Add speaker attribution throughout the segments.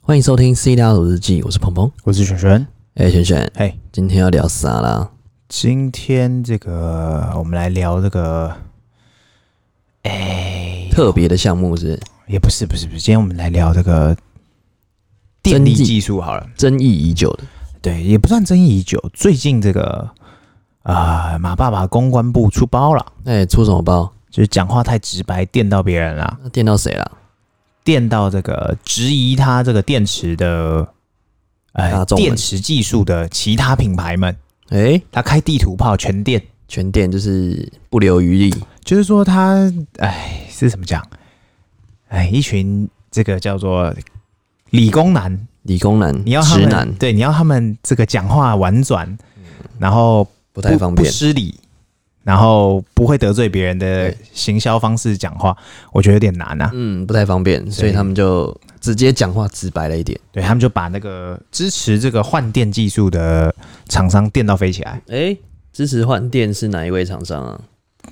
Speaker 1: 欢迎收听《C 大手日记》，我是鹏鹏。
Speaker 2: 我是璇璇。
Speaker 1: 哎、璇璇，
Speaker 2: 嘿，
Speaker 1: 今天要聊啥啦？
Speaker 2: 今天这个我们来聊这个，哎、
Speaker 1: 特别的项目是
Speaker 2: 也不是不是不是，今天我们来聊这个电
Speaker 1: 争
Speaker 2: 力
Speaker 1: 议
Speaker 2: 技术好了。
Speaker 1: 争议已久的，
Speaker 2: 对，也不算争议已久，最近这个啊、马爸爸公关部出包了，
Speaker 1: 哎、出什么包？
Speaker 2: 就是讲话太直白，电到别人啦，
Speaker 1: 那电到谁啦？
Speaker 2: 电到这个质疑他这个电池的。
Speaker 1: 大
Speaker 2: 呃，
Speaker 1: 众们
Speaker 2: 电池技术的其他品牌们，
Speaker 1: 哎、
Speaker 2: 他开地图炮全电，
Speaker 1: 全电就是不留余力，
Speaker 2: 就是说他，哎，是怎么讲？哎，一群这个叫做理工男，
Speaker 1: 理工男、
Speaker 2: 你要他
Speaker 1: 直
Speaker 2: 们
Speaker 1: 男嗯
Speaker 2: 对，你要他们这个讲话婉转，然后
Speaker 1: 不
Speaker 2: 不
Speaker 1: 太方
Speaker 2: 不
Speaker 1: 便。
Speaker 2: 失礼，然后不会得罪别人的
Speaker 1: 对
Speaker 2: 行销方式讲话，我觉得有点难啊。
Speaker 1: 嗯，不太方便，所以他们就直接讲话直白了一点。
Speaker 2: 对他们就把那个支持这个换电技术的厂商电到飞起来。
Speaker 1: 哎、支持换电是哪一位厂商啊？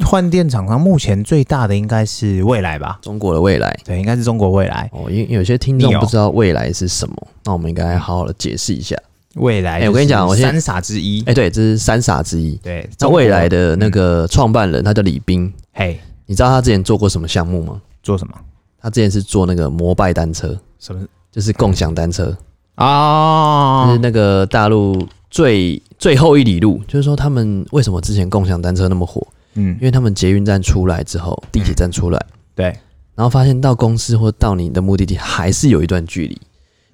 Speaker 2: 换电厂商目前最大的应该是未来吧？
Speaker 1: 中国的未来。
Speaker 2: 对，应该是中国未来。
Speaker 1: 哦，因因为有些听众
Speaker 2: 你哦
Speaker 1: 不知道未来是什么，那我们应该好好的解释一下。
Speaker 2: 未来、
Speaker 1: 哎我跟你讲我现在
Speaker 2: 三傻之一。
Speaker 1: 哎、对，这是三傻之一。
Speaker 2: 对，
Speaker 1: 那
Speaker 2: 中国
Speaker 1: 未来的那个创办人，他叫李斌，
Speaker 2: 嘿，
Speaker 1: 你知道他之前做过什么项目吗？
Speaker 2: 做什么？
Speaker 1: 他之前是做那个摩拜单车，
Speaker 2: 什么
Speaker 1: 就是共享单车，
Speaker 2: 啊？
Speaker 1: 就是那个大陆最最后一里路。就是说，他们为什么之前共享单车那么火？
Speaker 2: 嗯
Speaker 1: 因，为他们捷运站出来之后，地铁站出来，
Speaker 2: 对，
Speaker 1: 然后发现到公司或到你的目的地还是有一段距离，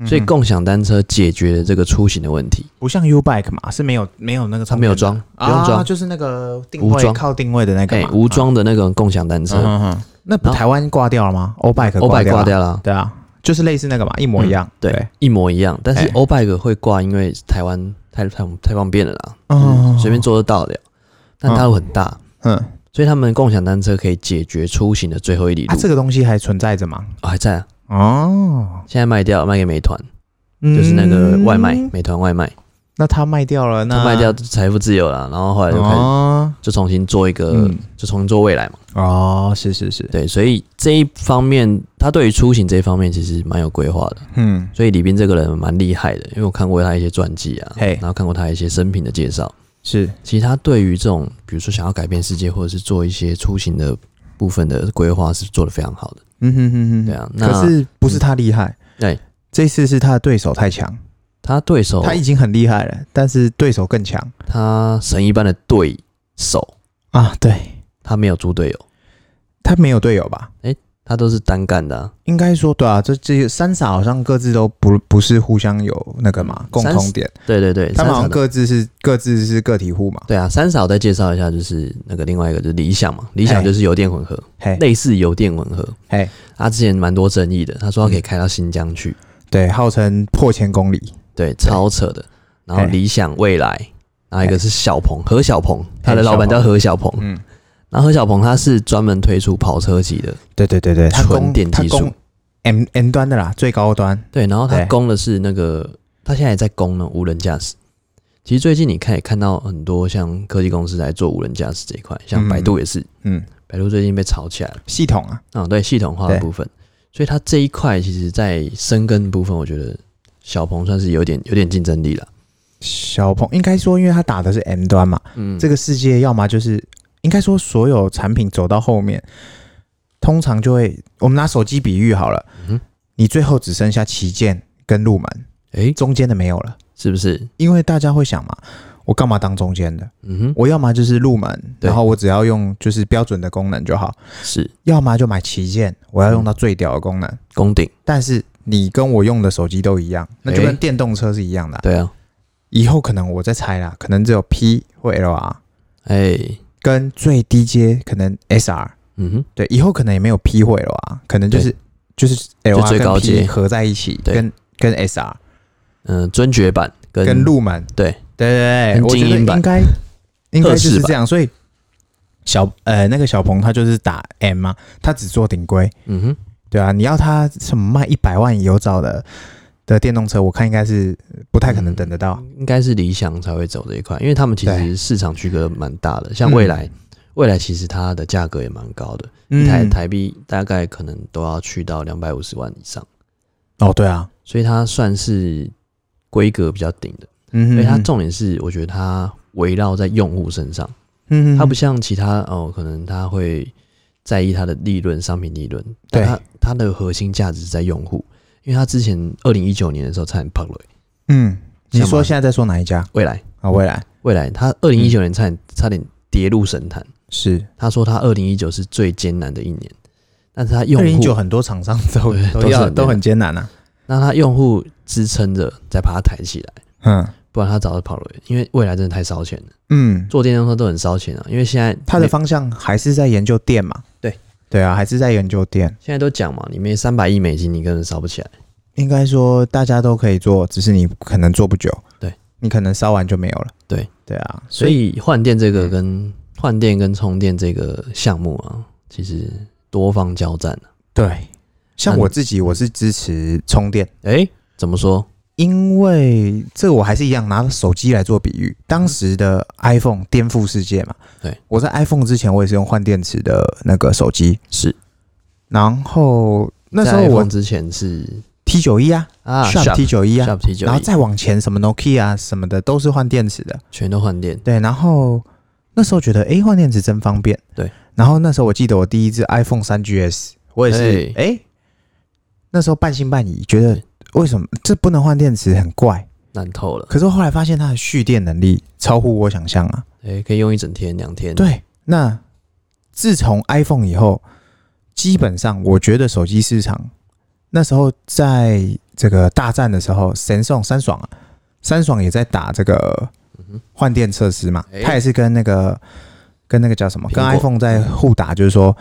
Speaker 1: 所以共享单车解决了这个出行的问题。
Speaker 2: 不像 U Bike 嘛，是没有没有那个
Speaker 1: 它
Speaker 2: 充
Speaker 1: 没有
Speaker 2: 电的
Speaker 1: 装，不用
Speaker 2: 啊，
Speaker 1: 装，
Speaker 2: 就是那个定
Speaker 1: 无装
Speaker 2: 位靠定位的那个
Speaker 1: 哎
Speaker 2: 嘛，
Speaker 1: 无装的那个共享单
Speaker 2: 啊。嗯
Speaker 1: 车，
Speaker 2: 哼哼，那不
Speaker 1: 然后
Speaker 2: 台湾挂掉了吗？O Bike
Speaker 1: 欧拜挂
Speaker 2: 挂了，
Speaker 1: 掉了。
Speaker 2: 对啊，就是类似那个嘛，一模一样。
Speaker 1: 对，，一模一样。但是
Speaker 2: 哎
Speaker 1: O Bike 会挂，因为台湾太太太方便了啦，
Speaker 2: 嗯，
Speaker 1: 随便做得到的。但大陆很大，
Speaker 2: 嗯，
Speaker 1: 所以他们共享单车可以解决出行的最后一里
Speaker 2: 啊，
Speaker 1: 路。
Speaker 2: 这个东西还存在着嘛？
Speaker 1: 哦还在啊，
Speaker 2: 哦，
Speaker 1: 现在卖掉，卖给美团，
Speaker 2: 就
Speaker 1: 就是那个外卖，美团外卖，
Speaker 2: 嗯那它卖掉了，那
Speaker 1: 他卖掉财富自由了，然后后来就开始
Speaker 2: 哦，
Speaker 1: 就重新做一个
Speaker 2: 嗯，
Speaker 1: 就重新做未来嘛。
Speaker 2: 哦，是是是，
Speaker 1: 对，所以这一方面，他对于出行这一方面其实蛮有规划的。
Speaker 2: 嗯，
Speaker 1: 所以李斌这个人蛮厉害的，因为我看过他一些传记啊，
Speaker 2: 嘿
Speaker 1: 然后看过他一些生平的介绍。
Speaker 2: 是，
Speaker 1: 其实他对于这种，比如说想要改变世界，或者是做一些出行的部分的规划，是做得非常好的。
Speaker 2: 嗯哼哼哼，
Speaker 1: 对啊，那嗯哎
Speaker 2: 可是不是他厉害，
Speaker 1: 对
Speaker 2: 这次是他的对手太强，
Speaker 1: 他对手
Speaker 2: 他已经很厉害了，但是对手更强
Speaker 1: 他神一般的对手，
Speaker 2: 啊。对
Speaker 1: 他没有猪队友，
Speaker 2: 他没有队友吧？
Speaker 1: 他都是单干的啊、
Speaker 2: 应该说对啊，这这三傻好像各自都不不是互相有那个嘛共同点，
Speaker 1: 对对对，
Speaker 2: 他们好
Speaker 1: 嗯三嫂
Speaker 2: 像
Speaker 1: 的
Speaker 2: 各自是各自是个体户嘛。
Speaker 1: 对啊，三嫂再介绍一下，就是那个另外一个就是理想嘛，理想
Speaker 2: 嘿
Speaker 1: 就是油电混合，
Speaker 2: 嘿，
Speaker 1: 类似油电混合。
Speaker 2: 嘿，
Speaker 1: 他之前蛮多争议的，他说他可以开到新疆去，
Speaker 2: 对，号称破千公里，
Speaker 1: 对，超扯的。然后
Speaker 2: 嘿
Speaker 1: 理想未来，然后一个是小鹏何小鹏，他的老板叫何小鹏，
Speaker 2: 嗯，
Speaker 1: 然后何小鹏他是专门推出跑车级的，
Speaker 2: 对对对对，他
Speaker 1: 纯
Speaker 2: 攻
Speaker 1: 电
Speaker 2: 他
Speaker 1: 技术
Speaker 2: 攻 M M 端的啦，最高端，
Speaker 1: 对，然后他
Speaker 2: 对
Speaker 1: 攻的是那个，他现在也在攻呢无人驾驶。其实最近你看也看到很多像科技公司来做无人驾驶这一块，像
Speaker 2: 嗯
Speaker 1: 百度也是，
Speaker 2: 嗯，
Speaker 1: 百度最近被炒起来了
Speaker 2: 系统啊，
Speaker 1: 啊，对系统化的
Speaker 2: 对
Speaker 1: 部分，所以它这一块其实在深耕部分，我觉得小鹏算是有点有点竞争力了。
Speaker 2: 小鹏应该说，因为他打的是 M 端嘛，
Speaker 1: 嗯，
Speaker 2: 这
Speaker 1: 个
Speaker 2: 个世界要么就是应该说所有产品走到后面，通常就会我们拿手机比喻好了，
Speaker 1: 嗯
Speaker 2: 你最后只剩下旗舰跟入门，
Speaker 1: 哎
Speaker 2: 中间的没有了，
Speaker 1: 是不是？
Speaker 2: 因为大家会想嘛，我干嘛当中间的？
Speaker 1: 嗯哼，
Speaker 2: 我要么就是入门，
Speaker 1: 对
Speaker 2: 然后我只要用就是标准的功能就好，
Speaker 1: 是
Speaker 2: 要么就买旗舰，我要用到最屌的功能，
Speaker 1: 攻顶，
Speaker 2: 但是。你跟我用的手机都一样，那就
Speaker 1: 诶
Speaker 2: 跟电动车是一样的啊、
Speaker 1: 对啊，
Speaker 2: 以后可能我在猜啦，可能只有 P 或 LR
Speaker 1: 哎，
Speaker 2: 跟最低阶可能 SR，
Speaker 1: 嗯哼，
Speaker 2: 对，以后可能也没有 P 会了啊，可能就是就是 L
Speaker 1: 就
Speaker 2: R
Speaker 1: 最高
Speaker 2: 跟
Speaker 1: 阶
Speaker 2: P 合在一起，
Speaker 1: 对
Speaker 2: 跟跟 S R
Speaker 1: 嗯，尊爵版跟
Speaker 2: 跟入门，
Speaker 1: 对
Speaker 2: 对对对，
Speaker 1: 跟
Speaker 2: 我觉
Speaker 1: 精
Speaker 2: 得
Speaker 1: 英版
Speaker 2: 应该应该
Speaker 1: 二
Speaker 2: 就
Speaker 1: 世
Speaker 2: 是
Speaker 1: 版
Speaker 2: 这样，所以小呃那个小鹏他就是打 M 嘛，他只做顶规，
Speaker 1: 嗯哼，
Speaker 2: 对啊，你要他什么卖一百万有找的的电动车，我看应该是不太可
Speaker 1: 嗯
Speaker 2: 能等得到，
Speaker 1: 应该是理想才会走这一块，因为他们其实
Speaker 2: 对嗯
Speaker 1: 市场区隔蛮大的，像未来。未来其实它的价格也蛮高的，一台台币大概可能都要去到两百五十万以上。
Speaker 2: 哦对啊，
Speaker 1: 所以它算是规格比较顶的。
Speaker 2: 嗯哼，
Speaker 1: 所以它重点是，我觉得它围绕在用户身上，
Speaker 2: 嗯哼，
Speaker 1: 它不像其他哦，可能它会在意它的利润、商品利润，但
Speaker 2: 对
Speaker 1: 它它的核心价值是在用户，因为它之前二零一九年的时候差点胖了、
Speaker 2: 嗯，你
Speaker 1: 像
Speaker 2: 说
Speaker 1: 吗
Speaker 2: 现在在说哪一家
Speaker 1: 未来，
Speaker 2: 啊？未来
Speaker 1: 未来，它二零一九年差点差点跌入神坛。
Speaker 2: 是
Speaker 1: 他说他二零一九是最艰难的一年，但是他用
Speaker 2: 二零一
Speaker 1: 户
Speaker 2: 九，很多厂商都
Speaker 1: 对
Speaker 2: 都
Speaker 1: 都是
Speaker 2: 要
Speaker 1: 很
Speaker 2: 都很艰难啊。
Speaker 1: 那他用户支撑着再把它抬起来，
Speaker 2: 嗯
Speaker 1: 不然他早就跑了。因为未来真的太烧钱了，
Speaker 2: 嗯，
Speaker 1: 做电动车都很烧钱啊。因为现在
Speaker 2: 它的方向还是在研究店嘛？
Speaker 1: 对
Speaker 2: 对啊，还是在研究店。
Speaker 1: 现在都讲嘛，里面三百亿美金你根本烧不起来。
Speaker 2: 应该说大家都可以做，只是你可能做不久。
Speaker 1: 对，
Speaker 2: 你可能烧完就没有了。
Speaker 1: 对
Speaker 2: 对啊，
Speaker 1: 所以换电这个跟换电跟充电这个项目啊，其实多方交战啊
Speaker 2: 对，像
Speaker 1: 那
Speaker 2: 我
Speaker 1: 你
Speaker 2: 自己，我是支持充电。
Speaker 1: 哎、怎么说？
Speaker 2: 因为这个我还是一样拿手机来做比喻，当时的 iPhone 颠覆世界嘛。
Speaker 1: 对，
Speaker 2: 我在 iPhone 之前我也是用换电池的那个手机，
Speaker 1: 是
Speaker 2: 然后那时候
Speaker 1: 在 iPhone
Speaker 2: 我
Speaker 1: 之前是
Speaker 2: T 九一啊
Speaker 1: 啊
Speaker 2: s T 九一啊，
Speaker 1: Sharp T 九
Speaker 2: 然后再往前什么 Nokia 啊什么的都是换电池的。
Speaker 1: 全都换电，
Speaker 2: 对，然后那时候觉得诶，换电池真方便。
Speaker 1: 对，
Speaker 2: 然后那时候我记得我第一只 iPhone 三 GS，我也是
Speaker 1: 嘿
Speaker 2: 诶，那时候半信半疑，觉得为什么这不能换电池很怪。
Speaker 1: 烂透了。
Speaker 2: 可是我后来发现它的蓄电能力超乎我想象啊！
Speaker 1: 哎、可以用一整天、两天。
Speaker 2: 对，那自从 iPhone 以后，基本上我觉得手机市场那时候在这个大战的时候，神送三爽啊，三爽也在打这个换电测试嘛，
Speaker 1: 哎
Speaker 2: 它也是跟那个跟那个叫什么，
Speaker 1: 苹
Speaker 2: 跟
Speaker 1: 果
Speaker 2: iPhone 在互打，就是说，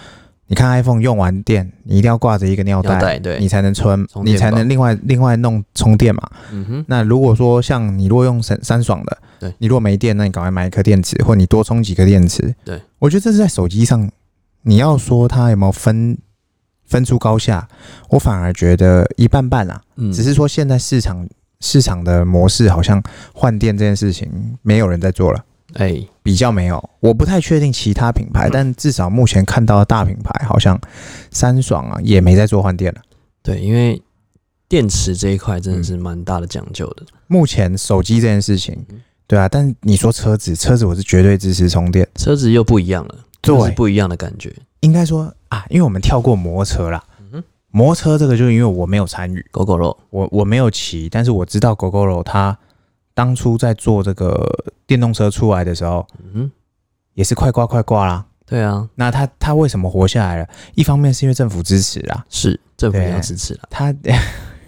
Speaker 2: 你看 iPhone 用完电，你一定要挂着一个尿
Speaker 1: 腰
Speaker 2: 袋。
Speaker 1: 带对，
Speaker 2: 你才能充，
Speaker 1: 充
Speaker 2: 你
Speaker 1: 电
Speaker 2: 才
Speaker 1: 宝
Speaker 2: 能另外另外弄充电嘛。
Speaker 1: 嗯哼，
Speaker 2: 那如果说像你如果用三三爽的，
Speaker 1: 对
Speaker 2: 你如果没电，那你赶快买一颗电池，或你多充几颗电池。
Speaker 1: 对，
Speaker 2: 我觉得这是在手机上，你要说它有没有分分出高下，我反而觉得一半半啊。
Speaker 1: 嗯，
Speaker 2: 只是说现在市场市场的模式好像换电这件事情没有人在做了，
Speaker 1: 哎、
Speaker 2: 比较没有。我不太确定其他品牌，
Speaker 1: 嗯
Speaker 2: 但至少目前看到的大品牌好像三爽啊也没在做换电了。
Speaker 1: 对，因为电池这一块真的是蛮大的讲究的。
Speaker 2: 目前手机这件事情
Speaker 1: 嗯，
Speaker 2: 对啊，但你说车子，车子我是绝对支持充电。
Speaker 1: 车子又不一样了，就是
Speaker 2: 对，
Speaker 1: 不一样的感觉。
Speaker 2: 应该说啊，因为我们跳过摩托车啦，
Speaker 1: 哼
Speaker 2: 摩托车这个就是因为我没有参与，
Speaker 1: 狗狗肉，
Speaker 2: 我我没有骑，但是我知道 GoGoRo 它当初在做这个电动车出来的时候，
Speaker 1: 嗯哼，
Speaker 2: 也是快挂快挂啦。
Speaker 1: 对啊，
Speaker 2: 那它它为什么活下来了？一方面是因为政府支持啦，
Speaker 1: 是政府
Speaker 2: 对
Speaker 1: 也要支持啦。
Speaker 2: 它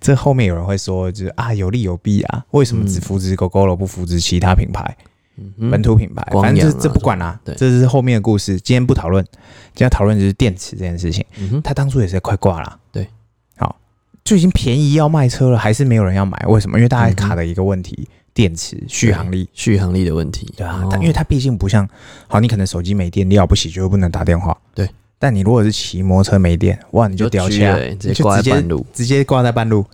Speaker 2: 这后面有人会说，就是啊有利有弊啊，为什么只
Speaker 1: 嗯
Speaker 2: 扶持 GoGoRo 不扶持其他品牌？
Speaker 1: 嗯哼，
Speaker 2: 本土品牌，
Speaker 1: 光
Speaker 2: 反正这
Speaker 1: 阳啊
Speaker 2: 这不管啦、
Speaker 1: 什么的
Speaker 2: 这是后面的故事，今天不讨论，今天讨论就是电池这件事情。
Speaker 1: 嗯哼，
Speaker 2: 他当初也是快挂啦，
Speaker 1: 对，
Speaker 2: 好，就已经便宜要卖车了，还是没有人要买，为什么？因为大家
Speaker 1: 嗯哼
Speaker 2: 卡的一个问题，电池续航力，
Speaker 1: 续航力的问题，
Speaker 2: 对啊，
Speaker 1: 哦
Speaker 2: 但因为它毕竟不像，好，你可能手机没电，了不起就不能打电话，
Speaker 1: 对，
Speaker 2: 但你如果是骑摩托车没电，哇，你
Speaker 1: 你
Speaker 2: 就屌起
Speaker 1: 狙了
Speaker 2: 来，
Speaker 1: 欸直接
Speaker 2: 你就
Speaker 1: 挂在
Speaker 2: 直接
Speaker 1: 半路，
Speaker 2: 直接挂在半路，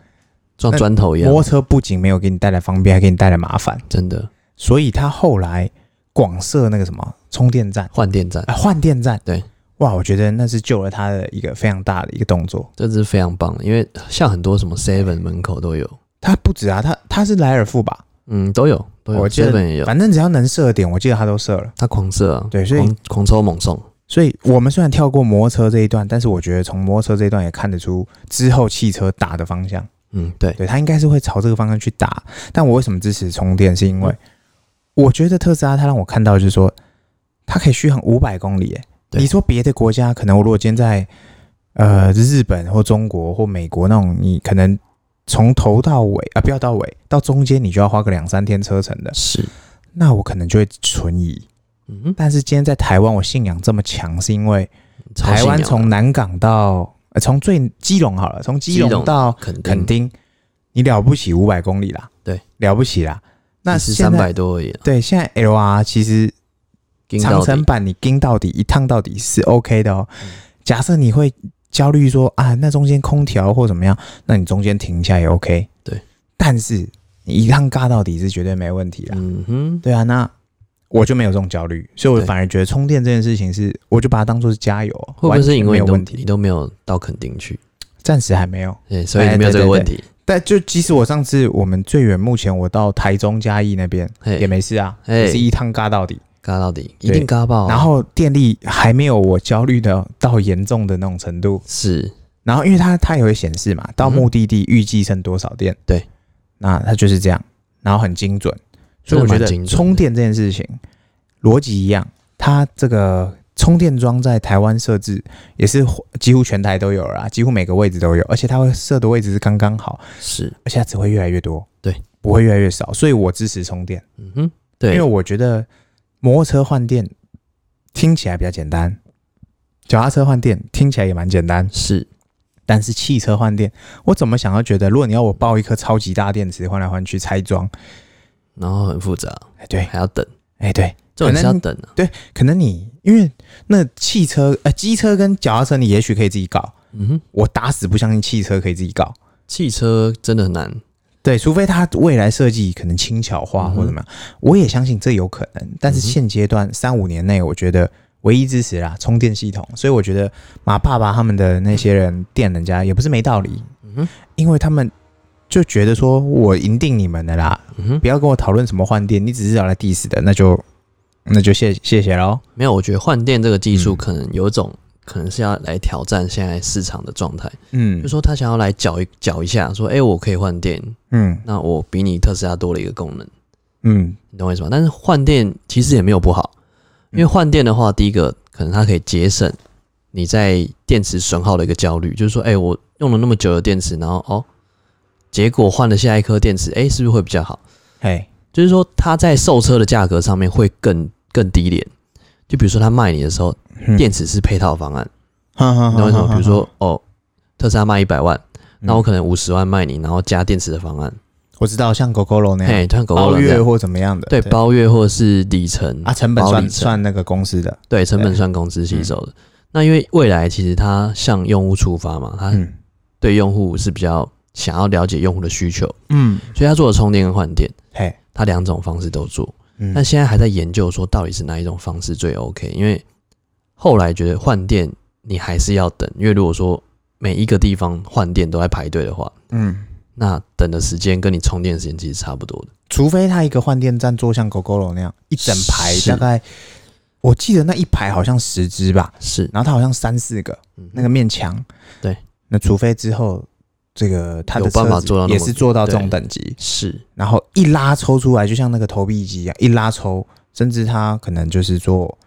Speaker 1: 撞
Speaker 2: 那
Speaker 1: 砖头一样
Speaker 2: 摩，托车不仅没有给你带来方便，还给你带来麻烦，
Speaker 1: 真的
Speaker 2: 所以他后来广设那个什么充电站。
Speaker 1: 换电站，
Speaker 2: 啊，换电站，
Speaker 1: 对，
Speaker 2: 哇，我觉得那是救了他的一个非常大的一个动作。
Speaker 1: 这是非常棒的，因为像很多什么 Seven 门口都有，
Speaker 2: 他不止啊，他他是莱尔富吧，
Speaker 1: 嗯，都有都有
Speaker 2: 我记得
Speaker 1: ，Seven 也有，
Speaker 2: 反正只要能射的点，我记得他都射了。
Speaker 1: 他狂射啊，
Speaker 2: 对所以
Speaker 1: 狂狂抽猛送，
Speaker 2: 所以我们虽然跳过摩托车这一段，但是我觉得从摩托车这一段也看得出之后汽车打的方向。
Speaker 1: 嗯，对，
Speaker 2: 对，他应该是会朝这个方向去打。但我为什么支持充电，是因
Speaker 1: 嗯
Speaker 2: 为我觉得特斯拉它让我看到就是说，它可以续航五百公里。哎，
Speaker 1: 对
Speaker 2: 你说别的国家可能我如果今天在呃日本或中国或美国那种，你可能从头到尾啊，不要到尾，到中间你就要花个两三天车程的，
Speaker 1: 是，
Speaker 2: 那我可能就会存疑。
Speaker 1: 嗯哼，
Speaker 2: 但是今天在台湾，我信仰这么强，是因为
Speaker 1: 超
Speaker 2: 台
Speaker 1: 信
Speaker 2: 湾
Speaker 1: 仰
Speaker 2: 从
Speaker 1: 的
Speaker 2: 南港到呃从最基隆好了，从基
Speaker 1: 基
Speaker 2: 隆
Speaker 1: 隆
Speaker 2: 到
Speaker 1: 肯定
Speaker 2: 垦丁，你了不起五百公里啦，
Speaker 1: 对，
Speaker 2: 了不起啦。那
Speaker 1: 是
Speaker 2: 现
Speaker 1: 三
Speaker 2: 在
Speaker 1: 百多而已、啊，
Speaker 2: 对现在 L R 其实
Speaker 1: 盯到
Speaker 2: 长
Speaker 1: 底嗯
Speaker 2: 城版你盯到底一趟到底是 OK 的哦。假设你会焦虑说啊，那中间空调或怎么样，那你中间停下也 OK。
Speaker 1: 对，
Speaker 2: 但是你一趟尬到底是绝对没问题啦。
Speaker 1: 嗯哼，
Speaker 2: 对啊，那我就没有这种焦虑，所以我
Speaker 1: 对
Speaker 2: 反而觉得充电这件事情是，我就把它当做是加油哦，
Speaker 1: 会不会是因为你
Speaker 2: 完全没有
Speaker 1: 都
Speaker 2: 问题？
Speaker 1: 你都没有到垦丁去？
Speaker 2: 暂时还没有。
Speaker 1: 对，所以
Speaker 2: 哎
Speaker 1: 没有这个问题。
Speaker 2: 但就即使我上次我们最远，目前我到台中嘉义那边
Speaker 1: 嘿
Speaker 2: 也没事啊，
Speaker 1: 哎
Speaker 2: 也是一趟嘎到底。
Speaker 1: 嘎到底，一
Speaker 2: 对
Speaker 1: 定嘎爆啊。
Speaker 2: 然后电力还没有我焦虑的到严重的那种程度。
Speaker 1: 是
Speaker 2: 然后因为它它也会显示嘛，到
Speaker 1: 嗯哼
Speaker 2: 目的地预计剩多少电。
Speaker 1: 对，
Speaker 2: 那它就是这样，然后很精准。
Speaker 1: 真
Speaker 2: 所以
Speaker 1: 的
Speaker 2: 我觉
Speaker 1: 蛮
Speaker 2: 得
Speaker 1: 精准的
Speaker 2: 充电这件事情逻辑一样，它这个充电桩在台湾设置也是几乎全台都有啦，几乎每个位置都有，而且它会设的位置是刚刚好，
Speaker 1: 是，
Speaker 2: 而且它只会越来越多，
Speaker 1: 对，
Speaker 2: 不会越来越少。所以我支持充电，
Speaker 1: 嗯哼，
Speaker 2: 因
Speaker 1: 对
Speaker 2: 为，我觉得摩托车换电听起来比较简单，脚踏车换电听起来也蛮简单，
Speaker 1: 是
Speaker 2: 但是汽车换电，我怎么想都觉得，如果你要我抱一颗超级大电池换来换去拆装，
Speaker 1: 然后很复杂，
Speaker 2: 哎对，
Speaker 1: 还要等，
Speaker 2: 哎对，
Speaker 1: 这种是要
Speaker 2: 可能
Speaker 1: 等啊。
Speaker 2: 可能你因为那汽车呃机车跟脚踏车你也许可以自己搞，
Speaker 1: 嗯哼，
Speaker 2: 我打死不相信汽车可以自己搞。
Speaker 1: 汽车真的很难，
Speaker 2: 对，除非它未来设计可能轻巧化
Speaker 1: 嗯哼
Speaker 2: 或怎么样，我也相信这有可能。但是
Speaker 1: 嗯哼
Speaker 2: 现阶段三五年内，我觉得唯一支持啦充电系统，所以我觉得马爸爸他们的那些人电人家也不是没道理，
Speaker 1: 嗯哼，
Speaker 2: 因为他们就觉得说我赢定你们的啦，
Speaker 1: 嗯哼，
Speaker 2: 不要跟我讨论什么换电，你只是要来 diss 的，那就那就谢谢谢喽。
Speaker 1: 没有，我觉得换电这个技术
Speaker 2: 嗯
Speaker 1: 可能有一种，可能是要来挑战现在市场的状态，
Speaker 2: 嗯
Speaker 1: 就说他想要来搅一搅一下，说，哎，我可以换电，
Speaker 2: 嗯
Speaker 1: 那我比你特斯拉多了一个功能，
Speaker 2: 嗯，
Speaker 1: 你懂我意思吗？但是换电其实也没有不好，因为换电的话，第一个可能它可以节省你在电池损耗的一个焦虑，就是说，哎、我用了那么久的电池，然后哦，结果换了下一颗电池，哎、是不是会比较好？
Speaker 2: 嘿，
Speaker 1: 就是说，它在售车的价格上面会更更低廉。就比如说，它卖你的时候，
Speaker 2: 嗯啊
Speaker 1: 电，池是配套方案，
Speaker 2: 哈哈
Speaker 1: 你
Speaker 2: 哈
Speaker 1: 懂我意思
Speaker 2: 哈
Speaker 1: 吗？
Speaker 2: 哈
Speaker 1: 比如说，哦，特斯拉卖一百万，那我
Speaker 2: 嗯
Speaker 1: 可能五十万卖你，然后加电池的方案，
Speaker 2: 我知道像狗狗楼那样
Speaker 1: 嘿，像狗狗
Speaker 2: 包
Speaker 1: 人这
Speaker 2: 月
Speaker 1: 样，
Speaker 2: 或怎么样的，
Speaker 1: 对，包月或者是里程
Speaker 2: 啊，成本
Speaker 1: 包
Speaker 2: 算
Speaker 1: 里程
Speaker 2: 算那个公司的，
Speaker 1: 对，成本
Speaker 2: 对嗯
Speaker 1: 算工资吸收的。那因为未来其实它向用户出发嘛，它
Speaker 2: 嗯
Speaker 1: 对用户是比较想要了解用户的需求，
Speaker 2: 嗯，
Speaker 1: 所以它做了充电跟换电，
Speaker 2: 嘿，
Speaker 1: 它两种方式都做。
Speaker 2: 嗯
Speaker 1: 但现在还在研究说到底是哪一种方式最 OK，因为后来觉得换电你还是要等，因为如果说每一个地方换电都在排队的话，
Speaker 2: 嗯，
Speaker 1: 那等的时间跟你充电的时间其实差不多的。
Speaker 2: 除非他一个换电站做像狗狗楼那样一整排，
Speaker 1: 是
Speaker 2: 大概我记得那一排好像十只吧，
Speaker 1: 是
Speaker 2: 然后它好像三四个
Speaker 1: 嗯
Speaker 2: 那个面墙，
Speaker 1: 对，
Speaker 2: 那除非之后这个它的
Speaker 1: 有办法
Speaker 2: 车子
Speaker 1: 做到那
Speaker 2: 也
Speaker 1: 么
Speaker 2: 是做到这种
Speaker 1: 对
Speaker 2: 等级，
Speaker 1: 是
Speaker 2: 然后一拉抽出来，就像那个投币机一样，一拉抽，甚至它可能就是做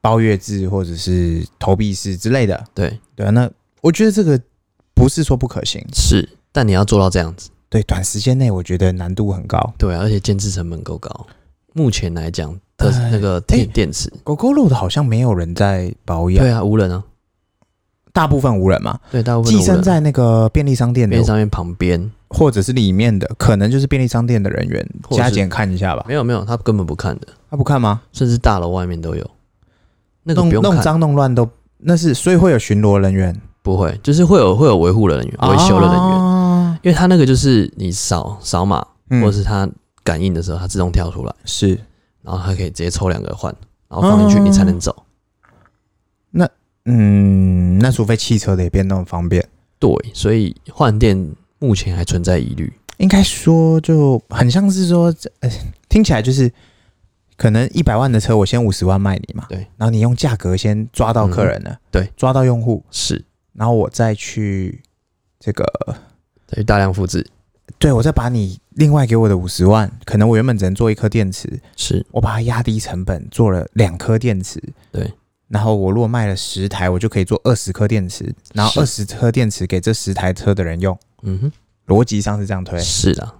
Speaker 2: 包月制或者是投币式之类的。
Speaker 1: 对
Speaker 2: 对啊，那我觉得这个不是说不可行，
Speaker 1: 是，但你要做到这样子。
Speaker 2: 对，短时间内我觉得难度很高。
Speaker 1: 对啊，而且建制成本够高。目前来讲，特
Speaker 2: 哎
Speaker 1: 那个
Speaker 2: 哎
Speaker 1: 电电池，
Speaker 2: 狗狗肉的好像没有人在保养，
Speaker 1: 对啊，无人啊，
Speaker 2: 大部分无人嘛，
Speaker 1: 对，大部分都
Speaker 2: 寄
Speaker 1: 无人
Speaker 2: 生
Speaker 1: 啊
Speaker 2: 在那个便利商店的
Speaker 1: 边上面旁边，
Speaker 2: 或者是里面的，可能就是便利商店的人员
Speaker 1: 或者是
Speaker 2: 加减看一下吧。
Speaker 1: 没有没有，他根本不看的，
Speaker 2: 他不看吗？
Speaker 1: 甚至大楼外面都有，那个
Speaker 2: 弄
Speaker 1: 不用
Speaker 2: 弄
Speaker 1: 看，
Speaker 2: 脏弄乱都那是，所以会有巡逻人员、
Speaker 1: 不会，就是会有会有维护的人
Speaker 2: 啊
Speaker 1: 员、维修的人员，
Speaker 2: 员，
Speaker 1: 因为他那个就是你扫扫码
Speaker 2: 嗯
Speaker 1: 或者是他感应的时候，他自动跳出来，
Speaker 2: 是
Speaker 1: 然后他可以直接抽两个换，然后放进去
Speaker 2: 哦
Speaker 1: 你才能走。
Speaker 2: 嗯，那除非汽车的也变那么方便，
Speaker 1: 对，所以换电目前还存在疑虑，
Speaker 2: 应该说就很像是说，呃，听起来就是可能一百万的车，我先五十万卖你嘛，
Speaker 1: 对，嗯
Speaker 2: 然后你用价格先抓到客人了，
Speaker 1: 对，
Speaker 2: 抓到用户，
Speaker 1: 是
Speaker 2: 然后我再去这个，
Speaker 1: 等于大量复制，
Speaker 2: 对我再把你另外给我的五十万，可能我原本只能做一颗电池，
Speaker 1: 是
Speaker 2: 我把它压低成本做了两颗电池，
Speaker 1: 对，
Speaker 2: 然后我如果卖了十台，我就可以做二十颗电池，然后二十颗电池给这十台车的人用。
Speaker 1: 嗯哼。
Speaker 2: 逻辑上是这样推，
Speaker 1: 是啊，